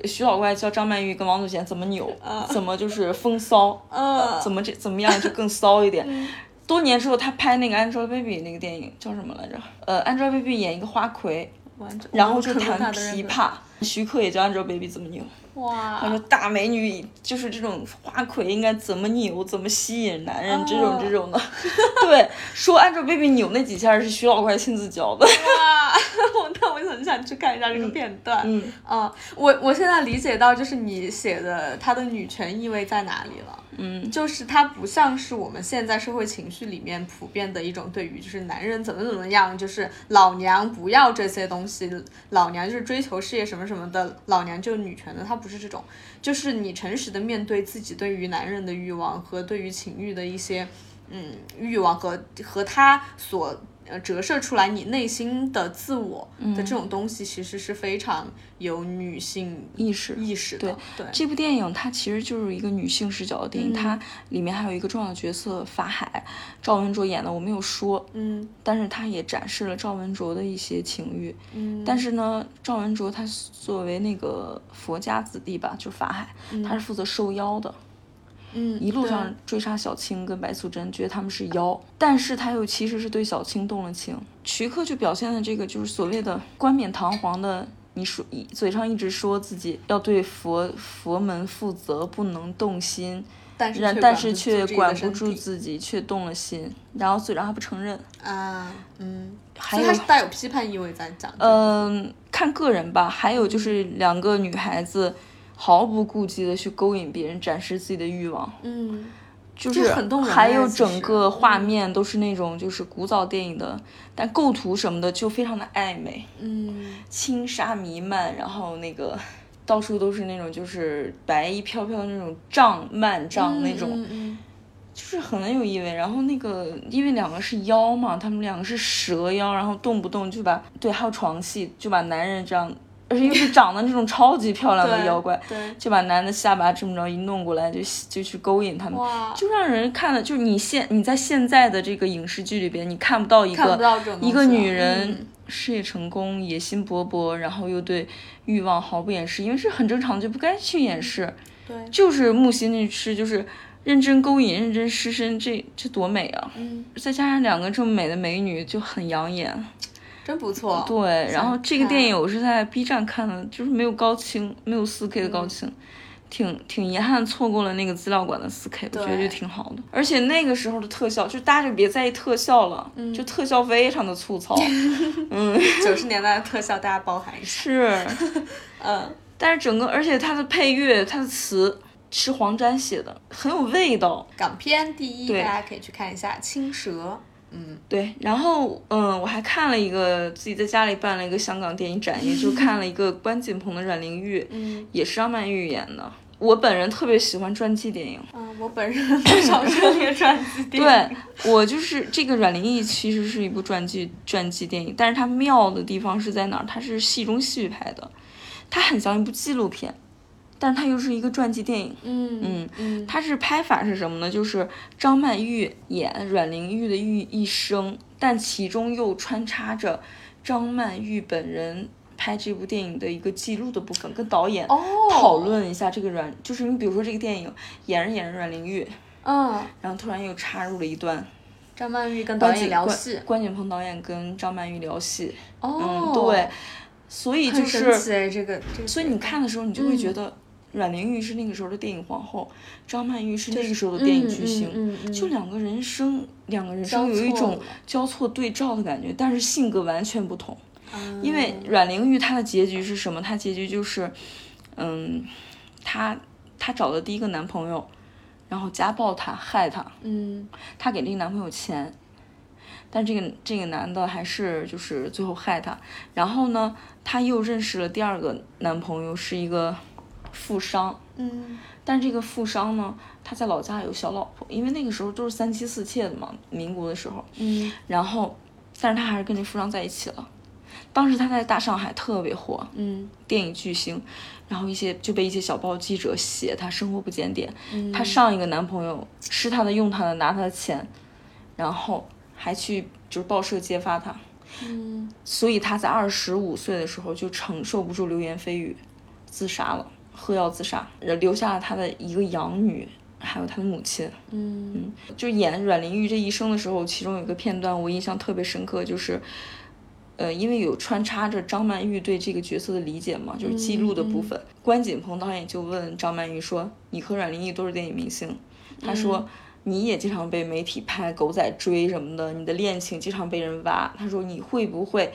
Speaker 1: 徐老怪教张曼玉跟王祖贤怎么扭，
Speaker 2: 啊
Speaker 1: 怎么就是风骚，
Speaker 2: 嗯，
Speaker 1: 怎么这怎么样就更骚一点。 多年之后，他拍那个 Angelababy 那个电影叫什么来着？呃，Angelababy 演一个花魁，
Speaker 2: 完整
Speaker 1: 然后就
Speaker 2: 可能
Speaker 1: 弹
Speaker 2: 他的人
Speaker 1: 琵
Speaker 2: 格
Speaker 1: 琶。徐克也教 Angelababy 怎么扭，他说
Speaker 2: 哇，
Speaker 1: 大美女就是这种花魁应该怎么扭，怎么吸引男人，这种
Speaker 2: 哦
Speaker 1: 这种的。 对，说 Angelababy 扭那几下是徐老怪亲自教的。
Speaker 2: 哇我那我很想去看一下这个片段，
Speaker 1: 嗯，
Speaker 2: 嗯，我我现在理解到，就是你写的它的女权意味在哪里了。
Speaker 1: 嗯，
Speaker 2: 就是它不像是我们现在社会情绪里面普遍的一种对于就是男人怎么怎么样，就是老娘不要这些东西，老娘就是追求事业什么什么的，老娘就是女权的。它不是这种，就是你诚实的面对自己对于男人的欲望和对于情欲的一些嗯欲望和和他所。呃，折射出来你内心的自我的这种东西，其实是非常有女性
Speaker 1: 意识。
Speaker 2: 意识的。对，
Speaker 1: 这部电影它其实就是一个女性视角的
Speaker 2: 嗯
Speaker 1: 电影，它里面还有一个重要的角色法海，赵文卓演的，我没有说，
Speaker 2: 嗯
Speaker 1: 但是他也展示了赵文卓的一些情欲。
Speaker 2: 嗯，
Speaker 1: 但是呢，赵文卓他作为那个佛家子弟吧，就是法海，他是负责受妖的，
Speaker 2: 嗯
Speaker 1: 一路
Speaker 2: 对
Speaker 1: 上追杀小青跟白素贞，觉得他们是妖，但是他又其实是对小青动了情。徐克就表现的这个就是所谓的冠冕堂皇的你说一嘴上一直说自己要对佛佛门负责，不能动心，
Speaker 2: 但是
Speaker 1: 但
Speaker 2: 却
Speaker 1: 但是却
Speaker 2: 管
Speaker 1: 管不住自
Speaker 2: 自己
Speaker 1: 己，却动了心，然后嘴上还不承认。
Speaker 2: 的身体啊，嗯，
Speaker 1: 还
Speaker 2: 所以
Speaker 1: 有
Speaker 2: 它是带有批判意味在讲的。
Speaker 1: 嗯，看个人吧。还有就是两个女孩子毫不顾忌的去勾引别人，展示自己的欲望，
Speaker 2: 嗯，
Speaker 1: 就
Speaker 2: 这
Speaker 1: 是
Speaker 2: 很动人
Speaker 1: 还
Speaker 2: 呀
Speaker 1: 有
Speaker 2: 其
Speaker 1: 整
Speaker 2: 实
Speaker 1: 个画
Speaker 2: 嗯
Speaker 1: 面都是那种就是古早电影的，但构图什么的就非常的暧昧，
Speaker 2: 嗯，
Speaker 1: 轻纱弥漫，然后那个到处都是那种就是白衣飘飘的那种帐幔帐那种，
Speaker 2: 嗯嗯
Speaker 1: 就是很有意味。然后那个，因为两个是妖嘛，他们两个是蛇妖，然后动不动就把对，还有床戏，就把男人这样，而且又是长得那种超级漂亮的
Speaker 2: 嗯对
Speaker 1: 妖怪，
Speaker 2: 对，
Speaker 1: 就把男的下巴这么着一弄过来，就就去勾引他们。
Speaker 2: 哇，
Speaker 1: 就让人看了，就是你现你在现在的这个影视剧里边，你看不到一
Speaker 2: 看不
Speaker 1: 个
Speaker 2: 到这种东西
Speaker 1: 一个女
Speaker 2: 了
Speaker 1: 人
Speaker 2: 嗯
Speaker 1: 事业成功、野心勃勃，然后又对欲望毫不掩饰，因为是很正常，就不该去掩饰。
Speaker 2: 嗯对，
Speaker 1: 就是木心律师，就是认真勾引、认真失身，这这多美啊！
Speaker 2: 嗯，
Speaker 1: 再加上两个这么美的美女，就很养眼。
Speaker 2: 真不错。
Speaker 1: 对，然后这个
Speaker 2: 看
Speaker 1: 电影我是在 B 站看的，就是没有高清，没有 4K 的
Speaker 2: 嗯
Speaker 1: 高清，挺挺遗憾错过了那个资料馆的 4K，我觉得
Speaker 2: 对
Speaker 1: 就挺好的。而且那个时候的特效，就大家就别在意特效了，
Speaker 2: 嗯
Speaker 1: 就特效非常的 粗糙，
Speaker 2: 九十年代的特效，大家包含一下。
Speaker 1: 是，
Speaker 2: 嗯，
Speaker 1: 但是整个而且它的配乐、它的词是黄沾写的，很有味道。
Speaker 2: 港片第一，
Speaker 1: 对
Speaker 2: 大家可以去看一下《青蛇》。嗯，
Speaker 1: 对，然后嗯，我还看了一个自己在家里办了一个香港电影展， 也就看了一个关锦鹏的《阮玲玉》，
Speaker 2: 嗯
Speaker 1: 也是张曼玉演的。我本人特别喜欢传记 电影，
Speaker 2: 嗯，我本人很少涉猎传记
Speaker 1: 对
Speaker 2: 电影。
Speaker 1: 我就是这个阮玲玉其实是一部传记传记电影，但是它妙的地方是在哪儿？它是戏中戏拍的，它很像一部纪录片，但是它又是一个传记电影。
Speaker 2: 嗯嗯嗯，
Speaker 1: 它是拍法是什么呢？就是张曼玉演阮玲玉的玉一生，但其中又穿插着张曼玉本人拍这部电影的一个记录的部分，跟导演
Speaker 2: 哦，
Speaker 1: 讨，论一下这个阮，就是你比如说这个电影演着演着阮玲玉，
Speaker 2: 嗯，
Speaker 1: 然后突然又插入了一段
Speaker 2: 张曼玉跟导演聊戏，
Speaker 1: 关锦鹏导演跟张曼玉聊戏，嗯，，
Speaker 2: 哦
Speaker 1: 对，，所以就
Speaker 2: 神
Speaker 1: 是，
Speaker 2: 奇嗯哎，这个这个，
Speaker 1: 所以你看的时候，你就会觉得阮玲玉是那个时候的电影皇后，张曼玉是那个时候的电影巨星，
Speaker 2: 嗯嗯，
Speaker 1: 就两个人生，两个人生有一
Speaker 2: 交错
Speaker 1: 种
Speaker 2: 了
Speaker 1: 交错对照的感觉，但是性格完全不同。
Speaker 2: 嗯，
Speaker 1: 因为阮玲玉她的结局是什么？她结局就是，嗯，她她找的第一个男朋友，然后家暴她，害她，
Speaker 2: 嗯
Speaker 1: 她给这个男朋友钱，但这个这个男的还是就是最后害她。然后呢，她又认识了第二个男朋友，是一个富商，
Speaker 2: 嗯
Speaker 1: 但这个富商呢，他在老家有小老婆，因为那个时候都是三妻四妾的嘛，民国的时候。
Speaker 2: 嗯，
Speaker 1: 然后，但是他还是跟这富商在一起了。当时他在大上海特别火，
Speaker 2: 嗯
Speaker 1: 电影巨星，然后一些就被一些小报记者写他生活不检点，
Speaker 2: 嗯，
Speaker 1: 他上一个男朋友吃他的、用他的、拿他的钱，然后还去就是报社揭发他，
Speaker 2: 嗯
Speaker 1: 所以他在二十五岁的时候就承受不住流言蜚语，自杀了，喝药自杀，留下了他的一个养女，还有他的母亲。
Speaker 2: 嗯
Speaker 1: 就演阮玲玉这一生的时候，其中有一个片段我印象特别深刻，就是，呃，因为有穿插着张曼玉对这个角色的理解嘛，就是记录的部分。关锦鹏导演就问张曼玉说：“你和阮玲玉都是电影明星，他说。你也经常被媒体拍、狗仔追什么的，你的恋情经常被人挖。他说你会不会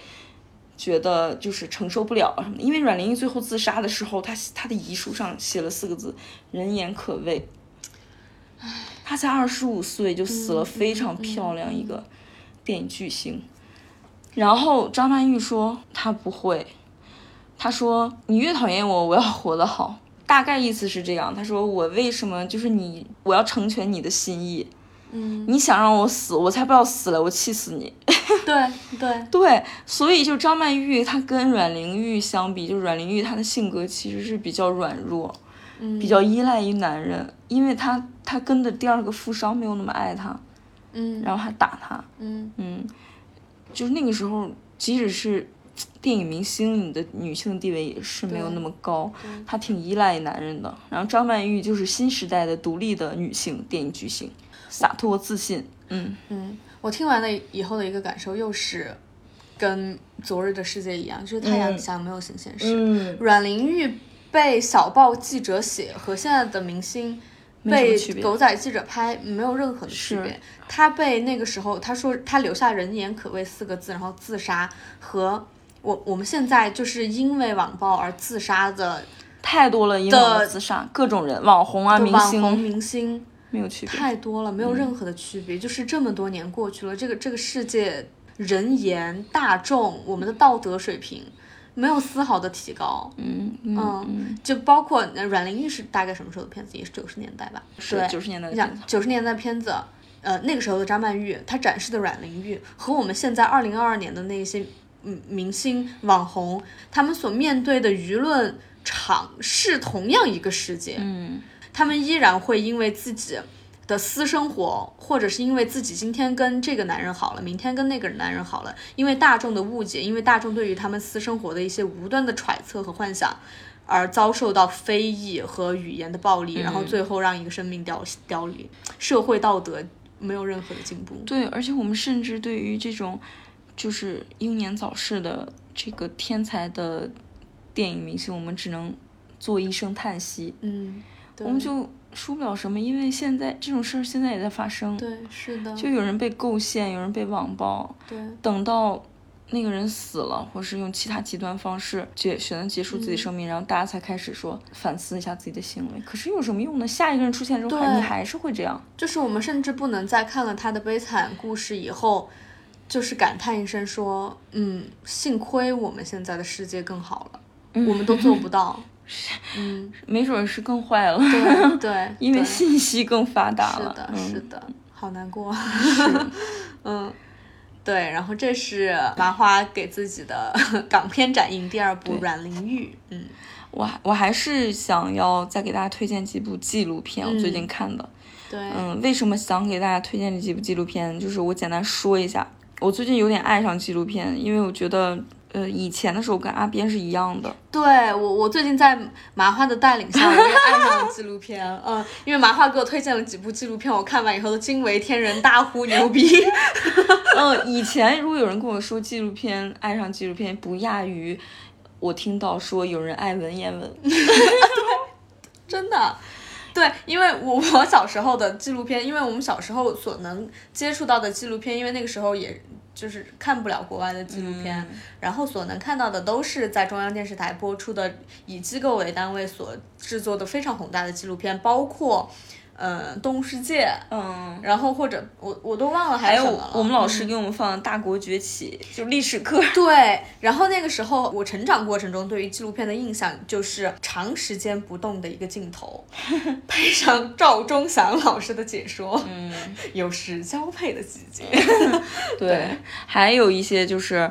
Speaker 1: 觉得就是承受不了什么的？因为阮玲玉最后自杀的时候，她她的遗书上写了四个字：人言可畏。她才二十五岁就死了，
Speaker 2: 嗯
Speaker 1: 非常
Speaker 2: 嗯嗯
Speaker 1: 漂亮一个电影巨星。然后张曼玉说她不会，她说你越讨厌我，我要活得好。大概意思是这样，她说我为什么就是你，我要成全你的心意。
Speaker 2: 嗯，
Speaker 1: 你想让我死，我才不要死了，我气死你。
Speaker 2: 对对，
Speaker 1: 对，所以就张曼玉她跟阮玲玉相比，就是阮玲玉她的性格其实是比较软弱，
Speaker 2: 嗯
Speaker 1: 比较依赖于男人，因为她她跟的第二个富商没有那么爱她，
Speaker 2: 嗯
Speaker 1: 然后还打她，
Speaker 2: 嗯
Speaker 1: 嗯，就是那个时候，即使是电影明星，你的女性地位也是没有
Speaker 2: 对
Speaker 1: 那么高
Speaker 2: 对，
Speaker 1: 她挺依赖男人的。然后张曼玉就是新时代的独立的女性电影巨星，洒脱自信，嗯，
Speaker 2: 嗯，我听完了以后的一个感受又是，跟《昨日的世界》一样，就是太阳底下没有新鲜事。
Speaker 1: 嗯，
Speaker 2: 阮玲玉被小报记者写和现在的明星
Speaker 1: 没
Speaker 2: 被
Speaker 1: 什么区别
Speaker 2: 狗仔记者拍没有任何的区别。他被那个时候他说他留下“人言可畏”四个字，然后自杀和我我们现在就是因为网暴而自杀的
Speaker 1: 太多了，因为我自杀，各种人，网红啊，明
Speaker 2: 网红
Speaker 1: 星
Speaker 2: 明星
Speaker 1: 没有区别。
Speaker 2: 太多了，没有任何的区
Speaker 1: 嗯
Speaker 2: 别。就是这么多年过去了，这个这个世界人言大众，我们的道德水平没有丝毫的提高。
Speaker 1: 嗯
Speaker 2: 哦
Speaker 1: 嗯嗯，
Speaker 2: 就包括呃阮玲玉是大概什么时候的片子，也是九十年代吧？
Speaker 1: 是
Speaker 2: 对
Speaker 1: 九十年代的
Speaker 2: 你
Speaker 1: 片
Speaker 2: 想
Speaker 1: 子，
Speaker 2: 九十年代片子，呃，那个时候的张曼玉，她展示的阮玲玉和我们现在二零二二年的那些嗯明星网红，他们所面对的舆论场是同样一个世界。
Speaker 1: 嗯，
Speaker 2: 他们依然会因为自己的私生活，或者是因为自己今天跟这个男人好了，明天跟那个男人好了，因为大众的误解，因为大众对于他们私生活的一些无端的揣测和幻想，而遭受到非议和语言的暴力，
Speaker 1: 嗯
Speaker 2: 然后最后让一个生命凋凋零，社会道德没有任何的进步。
Speaker 1: 对，而且我们甚至对于这种就是英年早逝的这个天才的电影明星，我们只能做一声叹息，
Speaker 2: 嗯，对
Speaker 1: 我们就说不了什么，因为现在这种事儿现在也在发生，
Speaker 2: 对，是的，
Speaker 1: 就有人被构陷，有人被网暴，
Speaker 2: 对，
Speaker 1: 等到那个人死了，或是用其他极端方式结选择结束自
Speaker 2: 嗯
Speaker 1: 己生命，然后大家才开始说反思一下自己的行为。可是有什么用呢？下一个人出现之后，还
Speaker 2: 对
Speaker 1: 你还是会这样。
Speaker 2: 就是我们甚至不能在看了他的悲惨故事以后，就是感叹一声说，嗯，幸亏我们现在的世界更好了，
Speaker 1: 嗯
Speaker 2: 我们都做不 到。嗯，
Speaker 1: 没准儿是更坏了，
Speaker 2: 对对，
Speaker 1: 因为
Speaker 2: 对
Speaker 1: 信息更发达
Speaker 2: 是
Speaker 1: 了。
Speaker 2: 的，
Speaker 1: 嗯、
Speaker 2: 是的， 好难过。 嗯，对，然后这是麻花给自己的 港片展映第二部《阮玲玉》。嗯，
Speaker 1: 我还我还是想要再给大家推荐几部纪录片，我
Speaker 2: 嗯
Speaker 1: 最近看的。
Speaker 2: 对，
Speaker 1: 嗯，为什么想给大家推荐这几部纪录片？就是我简单说一下，我最近有点爱上纪录片，因为我觉得，呃，以前的时候跟阿边是一样的，
Speaker 2: 对我我最近在麻花的带领下，我也爱上了纪录片。嗯，因为麻花给我推荐了几部纪录片，我看完以后都惊为天人，大呼牛逼。
Speaker 1: 嗯，以前如果有人跟我说纪录片爱上纪录片，不亚于我听到说有人爱文言文。
Speaker 2: 真的。对，因为我我小时候的纪录片，因为我们小时候所能接触到的纪录片，因为那个时候也就是看不了国外的纪录片，
Speaker 1: 嗯
Speaker 2: 然后所能看到的都是在中央电视台播出的以机构为单位所制作的非常宏大的纪录片，包括呃《动物世界》，
Speaker 1: 嗯，
Speaker 2: 然后或者我我都忘了还
Speaker 1: 还
Speaker 2: 有
Speaker 1: 有
Speaker 2: 什么了。嗯
Speaker 1: 我们老师给我们放的《大国崛起》，就历史课。
Speaker 2: 对，然后那个时候我成长过程中对于纪录片的印象就是长时间不动的一个 镜头，配上赵忠祥老师的解说，
Speaker 1: 嗯，
Speaker 2: 有时交配的季节。
Speaker 1: 对，还有一些就是，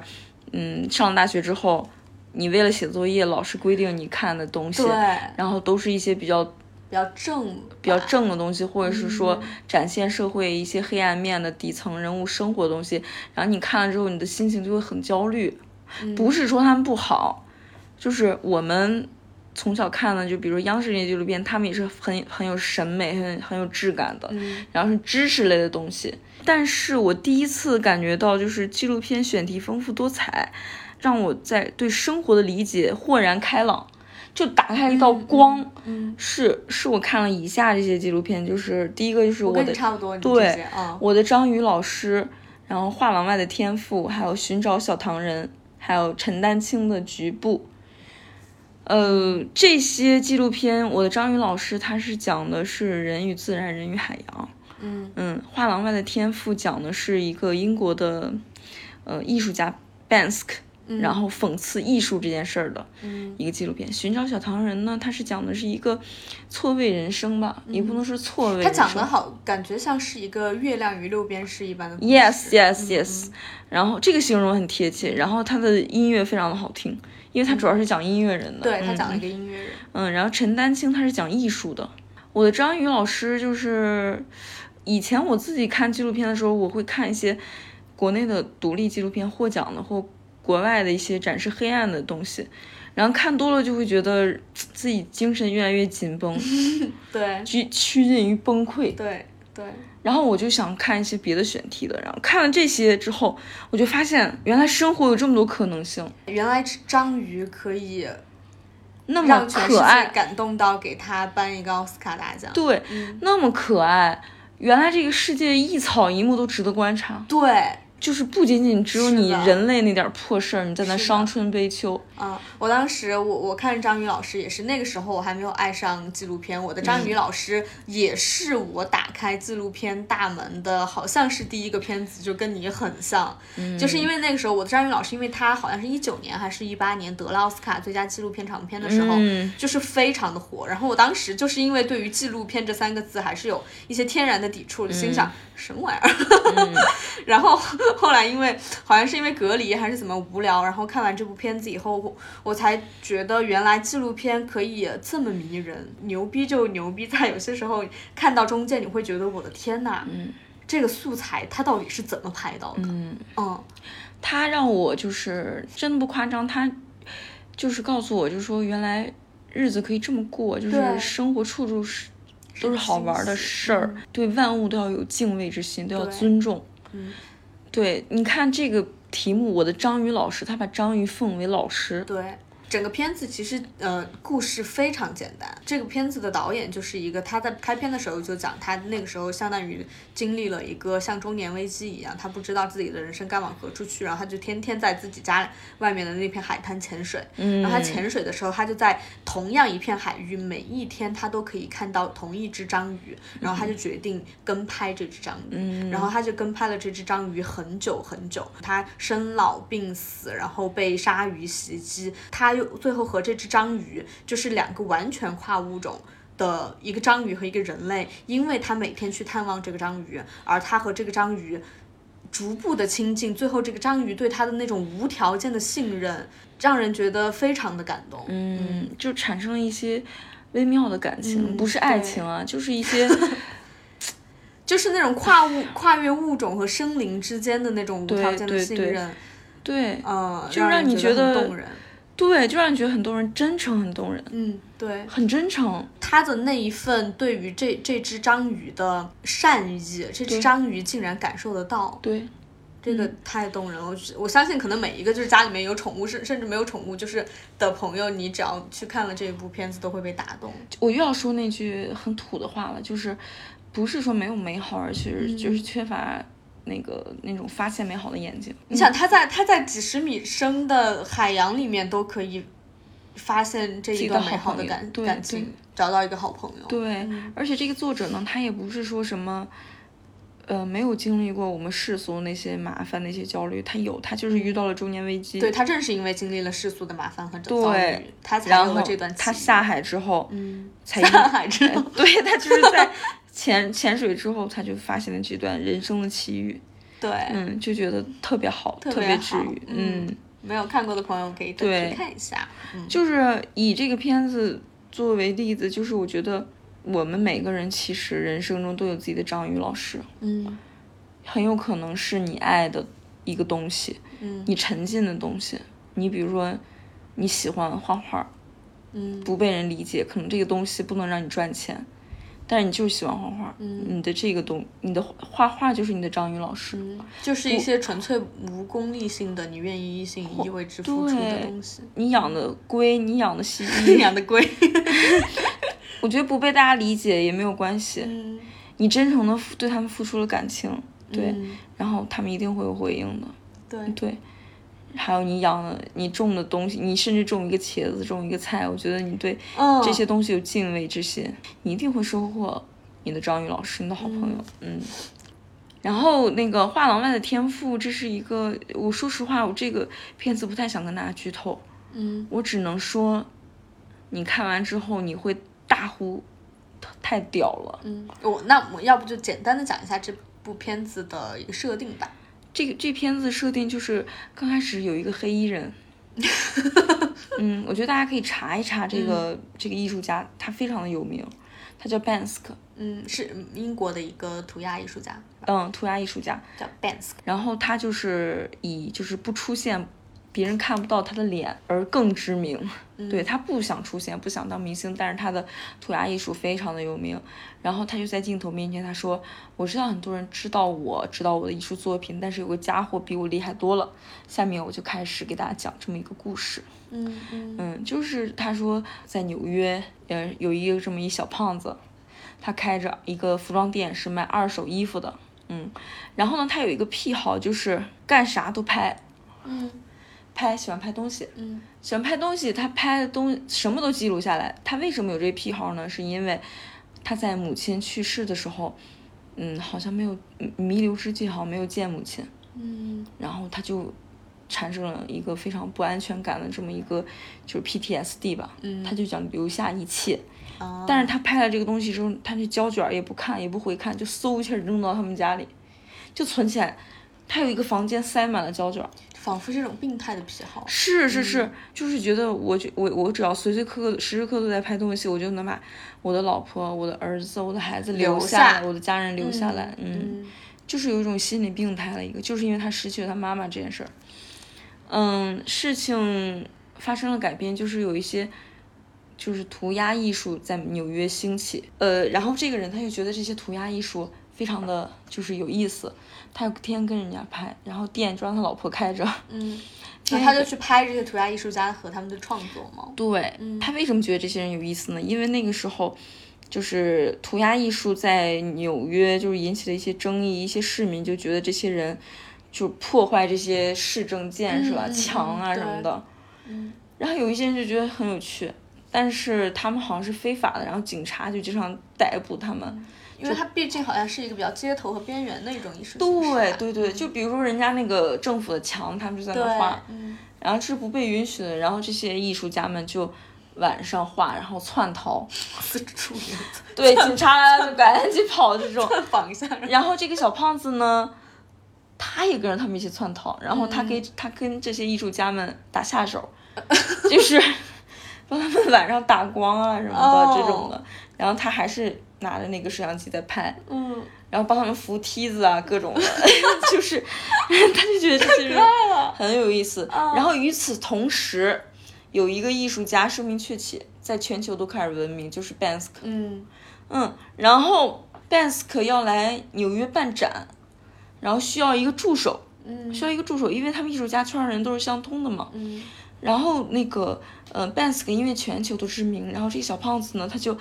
Speaker 1: 嗯，上了大学之后，你为了写作业，老师规定你看的东西
Speaker 2: 对，，
Speaker 1: 然后都是一些比较
Speaker 2: 比较正，
Speaker 1: 比较正的东西，或者是
Speaker 2: 嗯
Speaker 1: 说展现社会一些黑暗面的底层人物生活的东西，然后你看了之后，你的心情就会很焦虑。
Speaker 2: 嗯
Speaker 1: 不是说他们不好，就是我们从小看的，就比如央视那些纪录片，他们也是很很有审美、很很有质感的，
Speaker 2: 嗯
Speaker 1: 然后是知识类的东西。但是我第一次感觉到，就是纪录片选题丰富多彩，让我在对生活的理解豁然开朗，就打开了一道光。
Speaker 2: 嗯，
Speaker 1: 是是我看了以下这些纪录片，就是第一个就是我
Speaker 2: 跟
Speaker 1: 的
Speaker 2: 你差不多，你这
Speaker 1: 对
Speaker 2: 些啊，
Speaker 1: 我的章鱼老师，然后《画廊外的天赋》，还有《寻找小唐人》，还有陈丹青的《局部》。呃，这些纪录片，我的章鱼老师他是讲的是人与自然、人与海洋。
Speaker 2: 嗯
Speaker 1: 嗯，《画廊外的天赋》讲的是一个英国的呃艺术家 Bansk，、然后讽刺艺术这件事儿的
Speaker 2: 嗯
Speaker 1: 一个纪录片。寻找小唐人呢，它是讲的是一个错位人生吧，也不能说错位人
Speaker 2: 嗯他
Speaker 1: 生。
Speaker 2: 讲的好，感觉像是一个月亮与六便士一般的故事。
Speaker 1: Yes,
Speaker 2: 嗯
Speaker 1: yes, yes、然后这个形容很贴切，然后他的音乐非常的好听，因为他主要是讲音乐人的。
Speaker 2: 嗯对他
Speaker 1: 嗯
Speaker 2: 讲了一个音乐人，
Speaker 1: 嗯，然后陈丹青他是讲艺术的。我的张宇老师就是，以前我自己看纪录片的时候，我会看一些国内的独立纪录片获奖的或国外的一些展示黑暗的东西，然后看多了就会觉得嗯 嘖自己精神越来越紧绷，
Speaker 2: 对
Speaker 1: 趋趋近于崩溃。
Speaker 2: 对对对，
Speaker 1: 然后我就想看一些别的选题的，然后看了这些之后，我就发现原来生活有这么多可能性，
Speaker 2: 原来是章鱼可以
Speaker 1: 那么
Speaker 2: 让全世
Speaker 1: 可
Speaker 2: 界
Speaker 1: 爱，
Speaker 2: 感动到给他颁一个奥斯卡大奖。
Speaker 1: 对，
Speaker 2: 嗯
Speaker 1: 那么可爱。原来这个世界一草一木都值得观察，
Speaker 2: 对，
Speaker 1: 就是不仅仅只有
Speaker 2: 是的
Speaker 1: 你人类那点破事儿，你在那
Speaker 2: 是的
Speaker 1: 伤春悲秋。
Speaker 2: 啊，我当时我我看张宇老师也是，那个时候我还没有爱上纪录片，我的张宇老师也是我打开纪录片大门的，好像是第一个片子，就跟你很像，
Speaker 1: 嗯
Speaker 2: 就是因为那个时候我的张宇老师，因为他好像是一九年还是一八年得了奥斯卡最佳纪录片长片的时候，
Speaker 1: 嗯
Speaker 2: 就是非常的火，然后我当时就是因为对于纪录片这三个字还是有一些天然的抵
Speaker 1: 嗯
Speaker 2: 触，就心想、什么玩意儿。然后 后来因为好像是因为隔离还是怎么无聊，然后看完这部片子以后，我我才觉得原来纪录片可以这么迷人，牛逼就牛逼在有些时候看到中间你会觉得我的天呐，嗯、这个素材它到底是怎么拍到的？嗯
Speaker 1: 他让我就是真的不夸张，他就是告诉我，就是说原来日子可以这么过，就是
Speaker 2: 对
Speaker 1: 生活处处是都是好玩的
Speaker 2: 惊喜嗯
Speaker 1: 事儿，对万物都要有敬畏之心，都要
Speaker 2: 对嗯
Speaker 1: 尊重。对，你看这个题目，我的章鱼老师，他把章鱼奉为老师。
Speaker 2: 对。整个片子其实，呃，故事非常简单。这个片子的导演就是一个，他在开篇的时候就讲，他那个时候相当于经历了一个像中年危机一样，他不知道自己的人生该往何处去，然后他就天天在自己家外面的那片海滩潜水。嗯，然后他潜水的时候，他就在同样一片海域，每一天他都可以看到同一只章鱼，然后他就决定跟拍这只章鱼。嗯，然后他就跟拍了这只章鱼很久很久，他生老病死，然后被鲨鱼袭击，他又最后和这只章鱼就是两个完全跨物种。的呃一个章鱼和一个人类，因为他每天去探望这个章鱼，而他和这个章鱼逐步的亲近，最后这个章鱼对他的那种无条件的信任，让人觉得非常的感动。嗯，
Speaker 1: 嗯，就产生了一些微妙的感情，
Speaker 2: 嗯
Speaker 1: 不是爱
Speaker 2: 对
Speaker 1: 情啊，就是一些
Speaker 2: 就是那种跨物、 跨越物种和生灵之间的那种无条件
Speaker 1: 对
Speaker 2: 的信
Speaker 1: 对
Speaker 2: 任，
Speaker 1: 对
Speaker 2: 嗯，
Speaker 1: 就
Speaker 2: 让
Speaker 1: 让你
Speaker 2: 人觉
Speaker 1: 觉得
Speaker 2: 很动人。
Speaker 1: 对，就让你觉得很动人，真诚很动人，
Speaker 2: 嗯，对，
Speaker 1: 很真诚。
Speaker 2: 他的那一份对于这这只章鱼的善意，这只章鱼竟然感受得到，
Speaker 1: 对，
Speaker 2: 这
Speaker 1: 嗯
Speaker 2: 个太动人了。我觉我相信，可能每一个就是家里面有宠物，甚甚至没有宠物就是的朋友，你只要去看了这部片子，都会被打动。
Speaker 1: 我又要说那句很土的话了，就是不是说没有美好，而是、
Speaker 2: 嗯
Speaker 1: 就是缺乏那个那种发现美好的眼睛。嗯
Speaker 2: 你想，他在他在几十米深的海洋里面都可以发现这一段美好的感
Speaker 1: 自己的好朋友对
Speaker 2: 感情，找到一个好朋友。
Speaker 1: 对，
Speaker 2: 嗯
Speaker 1: 而且这个作者呢，他也不是说什么。呃，没有经历过我们世俗那些麻烦、那些焦虑，他有，他就是遇到了中年危机，
Speaker 2: 嗯对，他正是因为经历了世俗的麻烦和遭
Speaker 1: 对
Speaker 2: 遇，他才
Speaker 1: 然
Speaker 2: 有
Speaker 1: 后
Speaker 2: 了这段
Speaker 1: 他
Speaker 2: 奇遇
Speaker 1: 下海之后，
Speaker 2: 嗯
Speaker 1: 才
Speaker 2: 下海之后
Speaker 1: 对他就是在潜潜水之后，他就发现了这段人生的奇遇，
Speaker 2: 对，
Speaker 1: 嗯，就觉得特别好，特
Speaker 2: 别
Speaker 1: 治
Speaker 2: 好
Speaker 1: 愈，
Speaker 2: 嗯没有看过的朋友可以再
Speaker 1: 对
Speaker 2: 去看一下。嗯，
Speaker 1: 就是以这个片子作为例子，就是我觉得我们每个人其实人生中都有自己的章鱼老师，
Speaker 2: 嗯
Speaker 1: 很有可能是你爱的一个东西，
Speaker 2: 嗯
Speaker 1: 你沉浸的东西。你比如说，你喜欢画画，
Speaker 2: 嗯
Speaker 1: 不被人理解，可能这个东西不能让你赚钱，但是你就是喜欢画画，你的这个东，你的画画就是你的章鱼老师。
Speaker 2: 嗯，就是一些纯粹无功利性的，你愿意一心一意为之付出的
Speaker 1: 对
Speaker 2: 东西。
Speaker 1: 你养的龟，你养的蜥 蜴，
Speaker 2: 养的龟，
Speaker 1: 我觉得不被大家理解也没有关系。
Speaker 2: 嗯，
Speaker 1: 你真诚的对他们付出了感情，对，
Speaker 2: 嗯
Speaker 1: 然后他们一定会有回应的，
Speaker 2: 对
Speaker 1: 对。还有你养的、你种的东西，你甚至种一个茄子，种一个菜，我觉得你对
Speaker 2: 嗯，
Speaker 1: 这些东西有敬畏之心，你一定会收获你的章鱼老师，你的好朋友，嗯。然后那个画廊外的天赋，这是一个，我说实话，我这个片子不太想跟大家剧透，
Speaker 2: 嗯
Speaker 1: 我只能说，你看完之后你会大呼，太屌了，
Speaker 2: 嗯，我那我要不就简单的讲一下这部片子的一个设定吧。
Speaker 1: 这个这片子设定就是刚开始有一个黑衣 人，嗯，我觉得大家可以查一查这个、
Speaker 2: 嗯
Speaker 1: 这个艺术家，他非常的有名，他叫 Bansk，
Speaker 2: 嗯，是英国的一个涂鸦艺术家，
Speaker 1: 嗯，涂鸦艺术家，
Speaker 2: 叫 Bansk。
Speaker 1: 然后他就是以就是不出现别人看不到他的脸而更知名。对他不想出现，不想当明星，但是他的涂鸦艺术非常的有名。然后他就在镜头面前，他说：“我知道很多人知道我，知道我的艺术作品，但是有个家伙比我厉害多了。”下面我就开始给大家讲这么一个故事。
Speaker 2: 嗯嗯
Speaker 1: 嗯，就是他说在纽约，呃，有一个这么一小胖子，他开着一个服装店，是卖二手衣服的。嗯，然后呢，他有一个癖好，就是干啥都拍，
Speaker 2: 嗯
Speaker 1: 拍喜欢拍东西。
Speaker 2: 嗯
Speaker 1: 喜欢拍东西，他拍的东什么都记录下来。他为什么有这癖好呢？是因为他在母亲去世的时候，嗯，好像没有嗯弥留之际，好像没有见母亲，
Speaker 2: 嗯
Speaker 1: 然后他就产生了一个非常不安全感的这么一个就是 PTSD 吧，
Speaker 2: 嗯
Speaker 1: 他就想留下一切。
Speaker 2: 哦
Speaker 1: 但是他拍了这个东西之后，他那胶卷儿也不看，也不回看，就嗖一下扔到他们家里，就存起来。他有一个房间塞满了胶卷儿，
Speaker 2: 仿佛是一种病态的癖好。
Speaker 1: 是是是，就是觉得我就我我只要随随刻刻时时刻刻都在拍东西，我就能把我的老婆、我的儿子、我的孩子留
Speaker 2: 留
Speaker 1: 下
Speaker 2: 下
Speaker 1: 来，我的家人留下来，嗯，
Speaker 2: 嗯
Speaker 1: 就是有一种心理病态了一个，就是因为他失去了他妈妈这件事儿，嗯，事情发生了改变，就是有一些。就是涂鸦艺术在纽约兴起，呃，然后这个人他就觉得这些涂鸦艺术非常的就是有意思，他有天天跟人家拍，然后店就让他老婆开着，
Speaker 2: 嗯，那他就去拍这些涂鸦艺术家和他们的创作吗？
Speaker 1: 对，
Speaker 2: 嗯
Speaker 1: 他为什么觉得这些人有意思呢？因为那个时候，就是涂鸦艺术在纽约就是引起了一些争议，一些市民就觉得这些人就破坏这些市政建设、啊、
Speaker 2: 嗯嗯
Speaker 1: 墙啊
Speaker 2: 嗯
Speaker 1: 什么的。
Speaker 2: 嗯
Speaker 1: 然后有一些人就觉得很有趣，但是他们好像是非法的，然后警察就经常逮捕他们。
Speaker 2: 嗯因为它毕竟好像是一个比较街头和边缘的一种艺术形式吧。
Speaker 1: 对对对，就比如说人家那个政府的墙，他们就在那
Speaker 2: 对
Speaker 1: 儿画，，
Speaker 2: 嗯
Speaker 1: 然后是不被允许的。然后这些艺术家们就晚上画，然后窜逃。
Speaker 2: 四处游走
Speaker 1: 对，警察就赶紧跑这种。
Speaker 2: 窜访一下，然后
Speaker 1: 然后这个小胖子呢，他也跟着他们一起窜逃，然后他给、他跟这些艺术家们打下手， 就是把他们晚上打光啊什么的、
Speaker 2: 哦
Speaker 1: 这种的。然后他还是拿着那个摄像机在拍，
Speaker 2: 嗯，
Speaker 1: 然后帮他们扶梯子啊各种的， 就是他就觉得这些人很有意思。然后与此同时，有一个艺术家声名鹊起，在全球都开始闻名，就是 Bansk。
Speaker 2: 嗯
Speaker 1: 嗯，然后 Bansk 要来纽约办展，然后需要一个助手，
Speaker 2: 嗯
Speaker 1: 需要一个助手，因为他们艺术家圈儿人都是相通的嘛。
Speaker 2: 嗯
Speaker 1: 然后那个呃 Bansk 因为全球都知名，然后这个小胖子呢，他就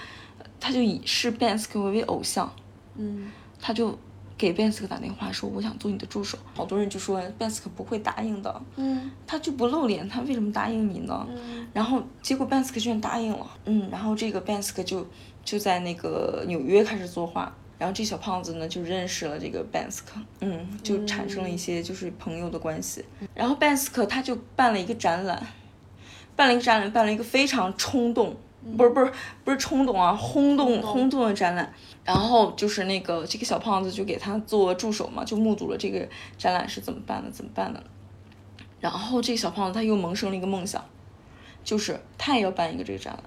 Speaker 1: 他就以视 Bansk 为偶像，
Speaker 2: 嗯
Speaker 1: 他就给 Bansk 打电话说我想做你的助手。好多人就说 Bansk 不会答应的，
Speaker 2: 嗯
Speaker 1: 他就不露脸，他为什么答应你呢？
Speaker 2: 嗯
Speaker 1: 然后结果 Bansk 居然答应了，嗯，然后这个 Bansk 就就在那个纽约开始作画，然后这小胖子呢就认识了这个 Bansk，嗯，就产生了一些就是朋友的关系。然后 Bansk 他就办了一个展览，办了一个展览，办了一个非常冲动，不是不是不是冲动啊，嗯轰动轰动的展览。然后就是那个这个小胖子就给他做助手嘛，就目睹了这个展览是怎么办的，怎么办的。然后这个小胖子他又萌生了一个梦想，就是他也要办一个这个展览，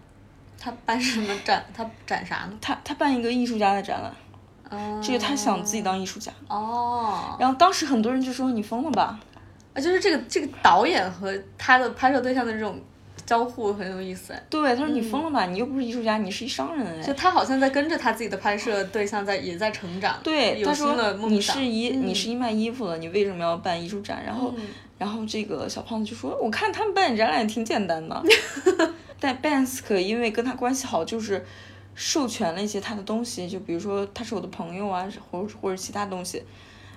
Speaker 2: 他办什么展？他展啥呢？
Speaker 1: 他他办一个艺术家的展览，
Speaker 2: 这
Speaker 1: 就他想自己当艺术家。
Speaker 2: 哦，
Speaker 1: 然后当时很多人就说你疯了吧，
Speaker 2: 啊，就是这个这个导演和他的拍摄对象的这种交互很有意思，
Speaker 1: 对，他说你疯了吧，你又不是艺术家，你是一商人哎。
Speaker 2: 就他好像在跟着他自己的拍摄对象在也在成长，
Speaker 1: 对，
Speaker 2: 有
Speaker 1: 他
Speaker 2: 新
Speaker 1: 说
Speaker 2: 的梦
Speaker 1: 你
Speaker 2: 想嗯
Speaker 1: 是，一、你是一卖衣服的，你为什么要办艺术展？然后、然后这个小胖子就说，我看他们办展览挺简单 的，但 Bansk 因为跟他关系好，就是授权了一些他的东西，就比如说他是我的朋友啊，或者或者其他东西。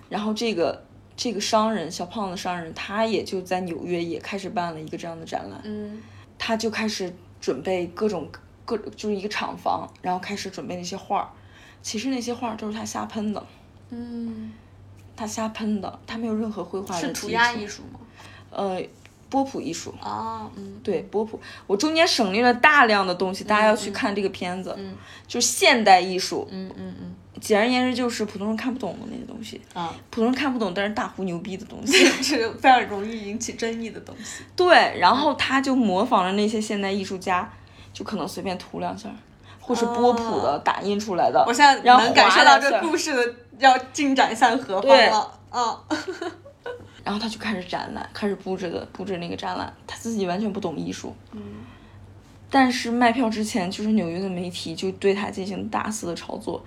Speaker 1: 然后这个这个商人小胖子商人，他也就在纽约也开始办了一个这样的展览，
Speaker 2: 嗯
Speaker 1: 他就开始准备各种各就是一个厂房，然后开始准备那些画儿。其实那些画儿都是他瞎喷的，
Speaker 2: 嗯，
Speaker 1: 他瞎喷的，他没有任何绘画的基
Speaker 2: 是涂鸦
Speaker 1: 础
Speaker 2: 艺术吗？
Speaker 1: 呃，波普艺术。
Speaker 2: 哦，嗯，
Speaker 1: 对波普，我中间省略了大量的东西，大家要去看这个片子。嗯，就是现代艺术，
Speaker 2: 嗯嗯嗯，
Speaker 1: 简而言之就是普通人看不懂的那些东西，
Speaker 2: 啊，
Speaker 1: 普通人看不懂，但是大胡牛逼的东西。
Speaker 2: 这个非常容易引起争议的东西，
Speaker 1: 对，然后他就模仿了那些现代艺术家，就可能随便涂两下儿，或是波普的打印出来的。
Speaker 2: 哦我现在
Speaker 1: 然后
Speaker 2: 能感
Speaker 1: 划
Speaker 2: 受到
Speaker 1: 两下
Speaker 2: 这
Speaker 1: 儿
Speaker 2: 故事的要进展向何方
Speaker 1: 对
Speaker 2: 了，嗯
Speaker 1: 然后他就开始展览，开始布置的布置那个展览，他自己完全不懂艺术，
Speaker 2: 嗯，
Speaker 1: 但是卖票之前，就是纽约的媒体就对他进行大肆的炒作，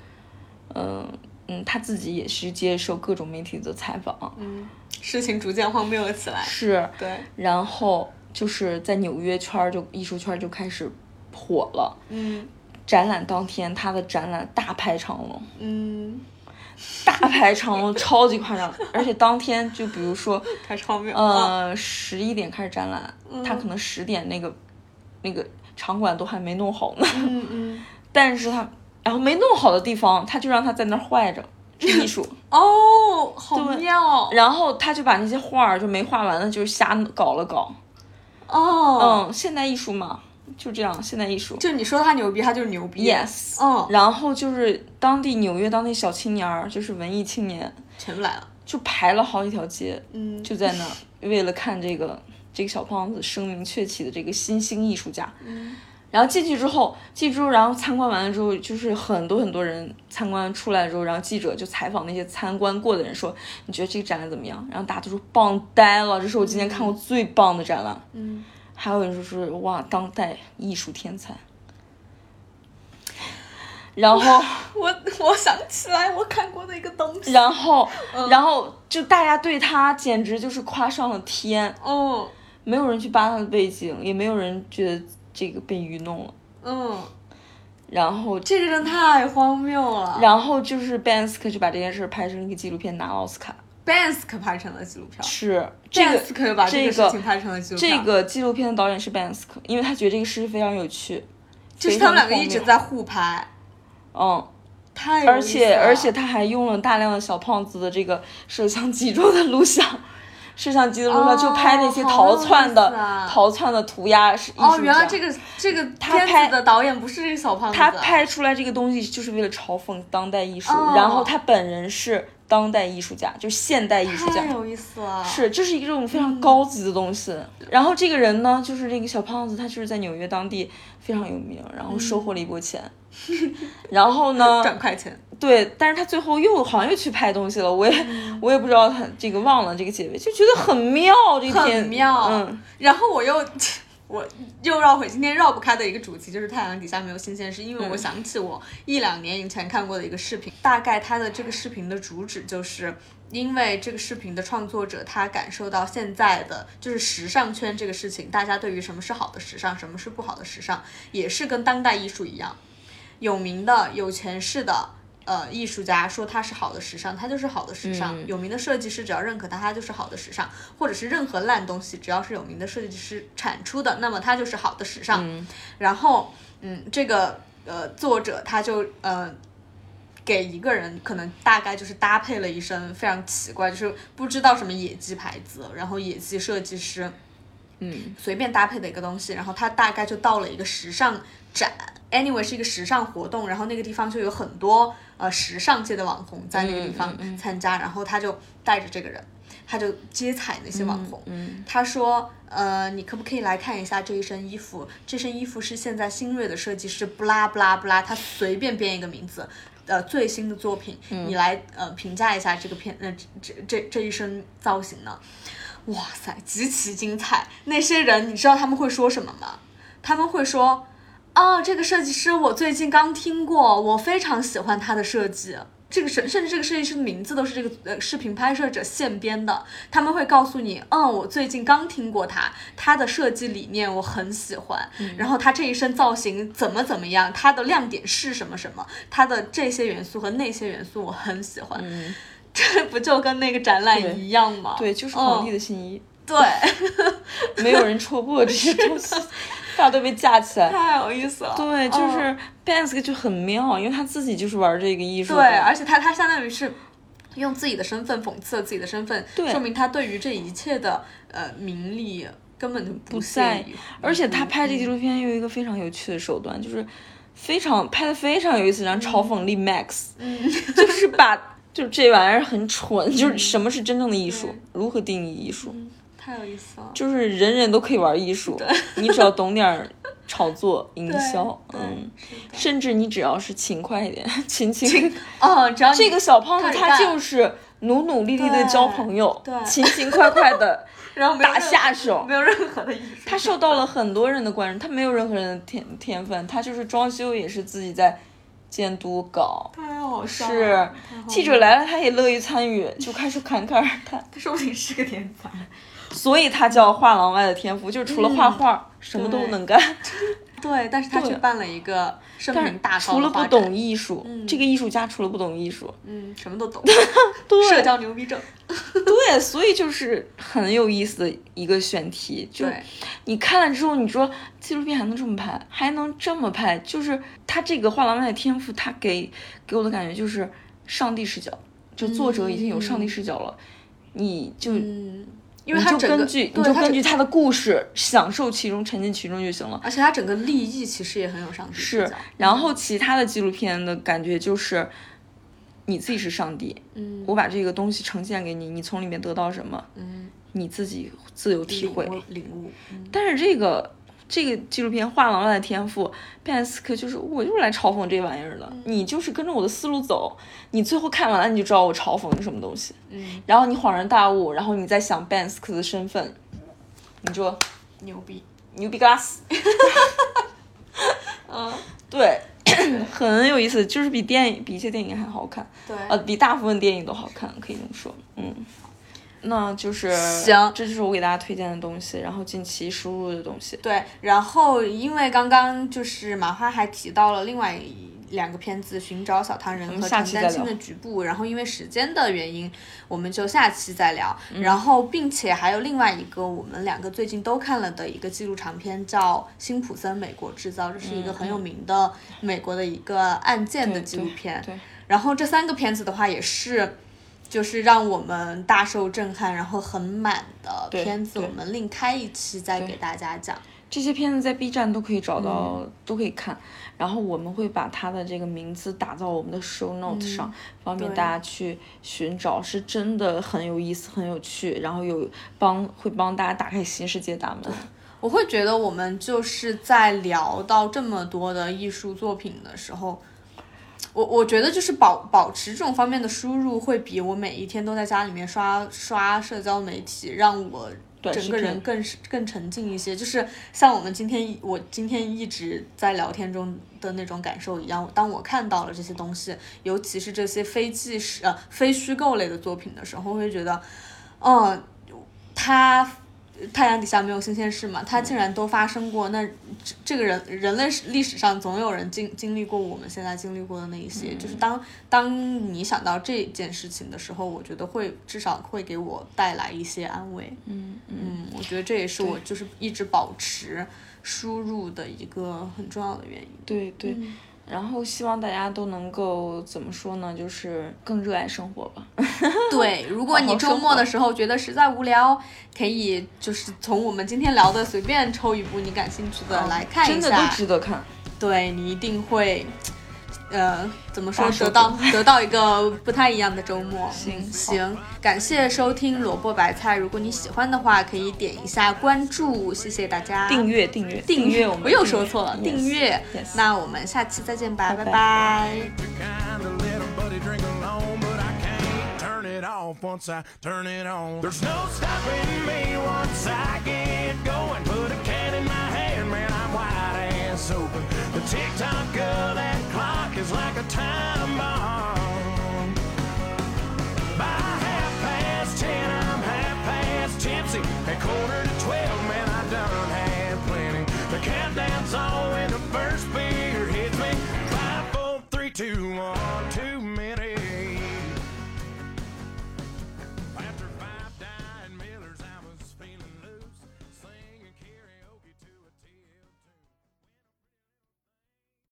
Speaker 1: 嗯嗯，他自己也是接受各种媒体的采访，
Speaker 2: 嗯，事情逐渐荒谬了起来。
Speaker 1: 是，
Speaker 2: 对，
Speaker 1: 然后就是在纽约圈儿就艺术圈儿就开始火了。
Speaker 2: 嗯
Speaker 1: 展览当天，他的展览大排长龙，
Speaker 2: 嗯，
Speaker 1: 大排长龙，超级夸张。而且当天就比如说，
Speaker 2: 太荒谬了。啊
Speaker 1: 呃，十一点开始展览，他可能十点那个那个场馆都还没弄好呢，
Speaker 2: 嗯嗯，
Speaker 1: 但是他然后没弄好的地方，他就让他在那儿坏着。是艺术，
Speaker 2: 哦，好妙
Speaker 1: 然后他就把那些画儿就没画完的，就是瞎搞了搞。
Speaker 2: 哦。
Speaker 1: 嗯，现代艺术嘛，就这样，现代艺术。
Speaker 2: 就你说他牛逼，他就是牛逼。
Speaker 1: Yes，
Speaker 2: 嗯，
Speaker 1: 然后就是当地纽约当地小青年儿，就是文艺青年，
Speaker 2: 全部来了。
Speaker 1: 就排了好几条街，
Speaker 2: 嗯，
Speaker 1: 就在那儿为了看这个这个小胖子声名鹊起的这个新兴艺术家。然后进去之后，进去之后，然后参观完了之后，就是很多很多人参观出来之后，然后记者就采访那些参观过的人说，你觉得这个展览怎么样？然后大家都说棒呆了，这是我今天看过最棒的展览。
Speaker 2: 嗯，
Speaker 1: 还有人说是哇，当代艺术天才。然后。
Speaker 2: 我我想起来我看过的一个东西。
Speaker 1: 然后，然后就大家对他简直就是夸上了天，
Speaker 2: 嗯
Speaker 1: 没有人去扒他的背景，也没有人觉得这个被愚弄了。
Speaker 2: 嗯，
Speaker 1: 然后，
Speaker 2: 这个真的太荒谬了。
Speaker 1: 然后就是 Bansk 就把这件事拍成一个纪录片拿了奥斯卡，
Speaker 2: Bansk 拍成了纪录片
Speaker 1: 是这个
Speaker 2: ，Bansk 把这个
Speaker 1: 这个
Speaker 2: 事情拍成了纪录片。
Speaker 1: 这个纪录片的导演是 Bansk，因为他觉得这个事非常有趣，
Speaker 2: 就是他们两个一直在互拍，
Speaker 1: 嗯，
Speaker 2: 太有
Speaker 1: 而
Speaker 2: 意
Speaker 1: 且
Speaker 2: 思啊了
Speaker 1: 而且他还用了大量的小胖子的这个摄像机中的录像。摄像机的录像就拍那些
Speaker 2: 哦好有
Speaker 1: 逃窜的、
Speaker 2: 意思啊
Speaker 1: 逃窜的涂鸦是艺术
Speaker 2: 哦，原来
Speaker 1: 家
Speaker 2: 这个这个
Speaker 1: 他
Speaker 2: 片
Speaker 1: 拍
Speaker 2: 子的导演不是这个小胖子，
Speaker 1: 他
Speaker 2: 啊
Speaker 1: 拍出来这个东西就是为了嘲讽当代艺术，
Speaker 2: 哦
Speaker 1: 然后他本人是当代艺术家，就是现代艺术家
Speaker 2: 太，有意思了，
Speaker 1: 是这是一种非
Speaker 2: 嗯
Speaker 1: 常高级的东西。然后这个人呢，就是这个小胖子，他就是在纽约当地非常有名，然后收获了一波钱。
Speaker 2: 嗯
Speaker 1: 然后 呢？
Speaker 2: 赚快钱，
Speaker 1: 对，但是他最后又好像又去拍东西了，我也、
Speaker 2: 嗯
Speaker 1: 我也不知道他这个忘了这个结尾，就觉得很妙这个片，
Speaker 2: 很妙。
Speaker 1: 嗯，
Speaker 2: 然后我又 我又绕回今天绕不开的一个主题，就是太阳底下没有新鲜事，因为我想起我一两年以前看过的一个视频，大概它的这个视频的主旨就是。因为这个视频的创作者，他感受到现在的就是时尚圈这个事情，大家对于什么是好的时尚，什么是不好的时尚，也是跟当代艺术一样，有名的、有权势的呃艺术家说它是好的时尚，它就是好的时尚；有名的设计师只要认可它，它就是好的时尚，或者是任何烂东西，只要是有名的设计师产出的，那么它就是好的时尚。然后，嗯，这个呃作者他就呃。给一个人可能大概就是搭配了一身非常奇怪，就是不知道什么野鸡牌子，然后野鸡设计师，嗯，随便搭配的一个东西，然后他大概就到了一个时尚展，anyway 是一个时尚活动，然后那个地方就有很多呃时尚界的网红在那个地方参加，然后他就带着这个人，他就接彩那些网红，他说，呃，你可不可以来看一下这一身衣服？这身衣服是现在新锐的设计师布拉布拉布拉，他随便编一个名字。呃，最新的作品，你来呃评价一下这个片，呃这这这这一身造型呢？哇塞，极其精彩！那些人，你知道他们会说什么吗？他们会说：“哦，这个设计师我最近刚听过，我非常喜欢他的设计。”这个甚甚至这个设计师的名字都是这个呃视频拍摄者现编的，他们会告诉你，嗯，我最近刚听过他，他的设计理念我很喜欢，
Speaker 1: 嗯
Speaker 2: 然后他这一身造型怎么怎么样，他的亮点是什么什么，他的这些元素和那些元素我很喜欢，这不就跟那个展览一样吗？
Speaker 1: 嗯对，就是
Speaker 2: 嗯
Speaker 1: 皇帝的新衣，
Speaker 2: 对，
Speaker 1: 没有人戳破这些东西，大家都被架起 来。
Speaker 2: 太有意思了。
Speaker 1: 对，就
Speaker 2: 嗯
Speaker 1: 是 Bansk 就很妙，因为他自己就是玩这个艺术
Speaker 2: 对，
Speaker 1: 的，
Speaker 2: 而且他他相当于是用自己的身份讽刺了自己的身份，
Speaker 1: 对
Speaker 2: 说明他对于这一切的呃名利根本就不
Speaker 1: 在
Speaker 2: 屑一顾。
Speaker 1: 而且他拍
Speaker 2: 嗯
Speaker 1: 这纪录片有一个非常有趣的手段，就是非常拍的非常有意思，然后嘲
Speaker 2: 嗯
Speaker 1: 讽力 max，、就是把就是这玩意儿很蠢，
Speaker 2: 嗯
Speaker 1: 就是什么是真正的艺术，如何定义艺术，
Speaker 2: 太有意思了。
Speaker 1: 就是人人都可以玩艺术，你只要懂点儿炒作营
Speaker 2: 对
Speaker 1: 销，
Speaker 2: 对
Speaker 1: 嗯，
Speaker 2: 是
Speaker 1: 甚至你只要是勤快一点，勤勤
Speaker 2: 的哦，只要你
Speaker 1: 这个小胖子
Speaker 2: 看着
Speaker 1: 他
Speaker 2: 干
Speaker 1: 就是努努力力的交朋友，
Speaker 2: 对对
Speaker 1: 勤勤快快 的
Speaker 2: 然后没有
Speaker 1: 打
Speaker 2: 任
Speaker 1: 下手
Speaker 2: 没有任何的艺术。
Speaker 1: 他受到了很多人的关注，他没有任何人的天天分，他就是装修也是自己在监督搞，
Speaker 2: 太好笑了
Speaker 1: 是
Speaker 2: 太好
Speaker 1: 记者
Speaker 2: 笑了
Speaker 1: 来了他也乐于参与，就开始侃侃而谈，
Speaker 2: 他说不定是个天才。
Speaker 1: 所以他叫画廊外的天赋，就除了画画、什么都能干，
Speaker 2: 对，但是他
Speaker 1: 对
Speaker 2: 却办了一个声名大噪
Speaker 1: 除
Speaker 2: 的
Speaker 1: 了
Speaker 2: 发
Speaker 1: 不
Speaker 2: 展
Speaker 1: 懂，艺术，这个艺术家除了不懂艺术，
Speaker 2: 嗯，什么都懂，
Speaker 1: 对
Speaker 2: 社交牛逼症，
Speaker 1: 对，所以就是很有意思的一个选题，就
Speaker 2: 对，
Speaker 1: 你看了之后，你说纪录片还能这么拍，还能这么拍，就是他这个画廊外的天赋，他给给我的感觉就是上帝视角，就作者已经有上帝视角了，你就、
Speaker 2: 嗯，因为
Speaker 1: 你
Speaker 2: 他
Speaker 1: 就
Speaker 2: 整个啊
Speaker 1: 根据你
Speaker 2: 对
Speaker 1: 就
Speaker 2: 他
Speaker 1: 根据
Speaker 2: 整
Speaker 1: 他的故事享受其中，沉浸其中就行了。
Speaker 2: 而且他整个立意其实也很有上帝视
Speaker 1: 是
Speaker 2: 角，，
Speaker 1: 然后其他的纪录片的感觉就是你自己是上帝，
Speaker 2: 嗯
Speaker 1: 我把这个东西呈现给你，你从里面得到什么，
Speaker 2: 嗯，
Speaker 1: 你自己自由体
Speaker 2: 领
Speaker 1: 会。
Speaker 2: 悟领悟，嗯
Speaker 1: 但是这个这个纪录片《画廊外的天赋》，贝莱斯克就是我就是来嘲讽这玩意儿
Speaker 2: 嗯
Speaker 1: 的，你就是跟着我的思路走，你最后看完了你就知道我嘲讽你什么东西，
Speaker 2: 嗯，
Speaker 1: 然后你恍然大悟，然后你再想贝莱斯克的身份，你就
Speaker 2: 牛逼，
Speaker 1: 牛逼 glass，
Speaker 2: 嗯，
Speaker 1: 对， 很有意思，就是比电影比一些电影还好看，
Speaker 2: 对，
Speaker 1: 呃，比大部分电影都好看，可以这么说，嗯。那就是
Speaker 2: 行
Speaker 1: 这就是我给大家推荐的东西，然后近期输入的东西。
Speaker 2: 对，然后因为刚刚就是马花还提到了另外一两个片子《寻找小唐人》和
Speaker 1: 们
Speaker 2: 《
Speaker 1: 嗯下
Speaker 2: 陈
Speaker 1: 期
Speaker 2: 丹
Speaker 1: 再
Speaker 2: 青
Speaker 1: 聊
Speaker 2: 的局部》，然后因为时间的原因，我们就下期再聊。
Speaker 1: 嗯
Speaker 2: 然后，并且还有另外一个我们两个最近都看了的一个纪录长片，叫《辛普森美国制造》，这是一个很有名的美国的一个案件的纪录片。
Speaker 1: 嗯对，对
Speaker 2: 然后这三个片子的话也是，就是让我们大受震撼，然后很满的
Speaker 1: 对
Speaker 2: 片子，
Speaker 1: 对
Speaker 2: 我们另开一期再给大家讲。
Speaker 1: 这些片子在 B 站都可以找到，
Speaker 2: 嗯
Speaker 1: 都可以看。然后我们会把它的这个名字打到我们的 show note 上，方便
Speaker 2: 嗯对
Speaker 1: 大家去寻找。是真的很有意思，很有趣，然后有帮会帮大家打开新世界大门。
Speaker 2: 我会觉得我们就是在聊到这么多的艺术作品的时候，我我觉得就是保保持这种方面的输入，会比我每一天都在家里面刷刷社交媒体，让我整
Speaker 1: 视
Speaker 2: 个
Speaker 1: 频
Speaker 2: 人更是更沉静一些。就是像我们今天我今天一直在聊天中的那种感受一样，当我看到了这些东西，尤其是这些非纪实呃非虚构类的作品的时候，会觉得，嗯，它。太阳底下没有新鲜事嘛，它竟然都发生过，那这这个人人类史历史上总有人经经历过我们现在经历过的那一些，就是当当你想到这件事情的时候，我觉得会至少会给我带来一些安慰。
Speaker 1: 嗯嗯，
Speaker 2: 嗯，我觉得这也是我就是一直保持输入的一个很重要的 原因。
Speaker 1: 对对。
Speaker 2: 嗯
Speaker 1: 然后希望大家都能够怎么说呢？就是更热爱生活吧。
Speaker 2: 对，如果你周末的时候觉得实在无聊，可以就是从我们今天聊的随便抽一部你感兴趣的来看一
Speaker 1: 哦真的都
Speaker 2: 下，啊
Speaker 1: 值得看。
Speaker 2: 对你一定会。呃，怎么说
Speaker 1: 大受
Speaker 2: 得 到
Speaker 1: 鼓
Speaker 2: 得到一个不太一样的周末。
Speaker 1: 行
Speaker 2: 嗯行，感谢收听萝卜白菜。如果你喜欢的话，可以点一下关注，谢谢大家。
Speaker 1: 订阅订阅
Speaker 2: 订
Speaker 1: 阅，
Speaker 2: 阅，
Speaker 1: 我们
Speaker 2: 我又说错了，订阅
Speaker 1: Yes，yes。
Speaker 2: 那我们下期再见吧，
Speaker 1: 拜拜
Speaker 2: 拜拜
Speaker 3: You're kind to let a buddy drink alone, but I can't turn it off once I turn it on. There's no stopping me once I get going. Put a can in my hand, man, I'm wide ass open. The tick tock of that clock is like a time bomb. By half past ten, I'm half past tipsy. At quarter to twelve, man, I done had plenty. The countdown's on when the first beer hits me. Five, four, three, two,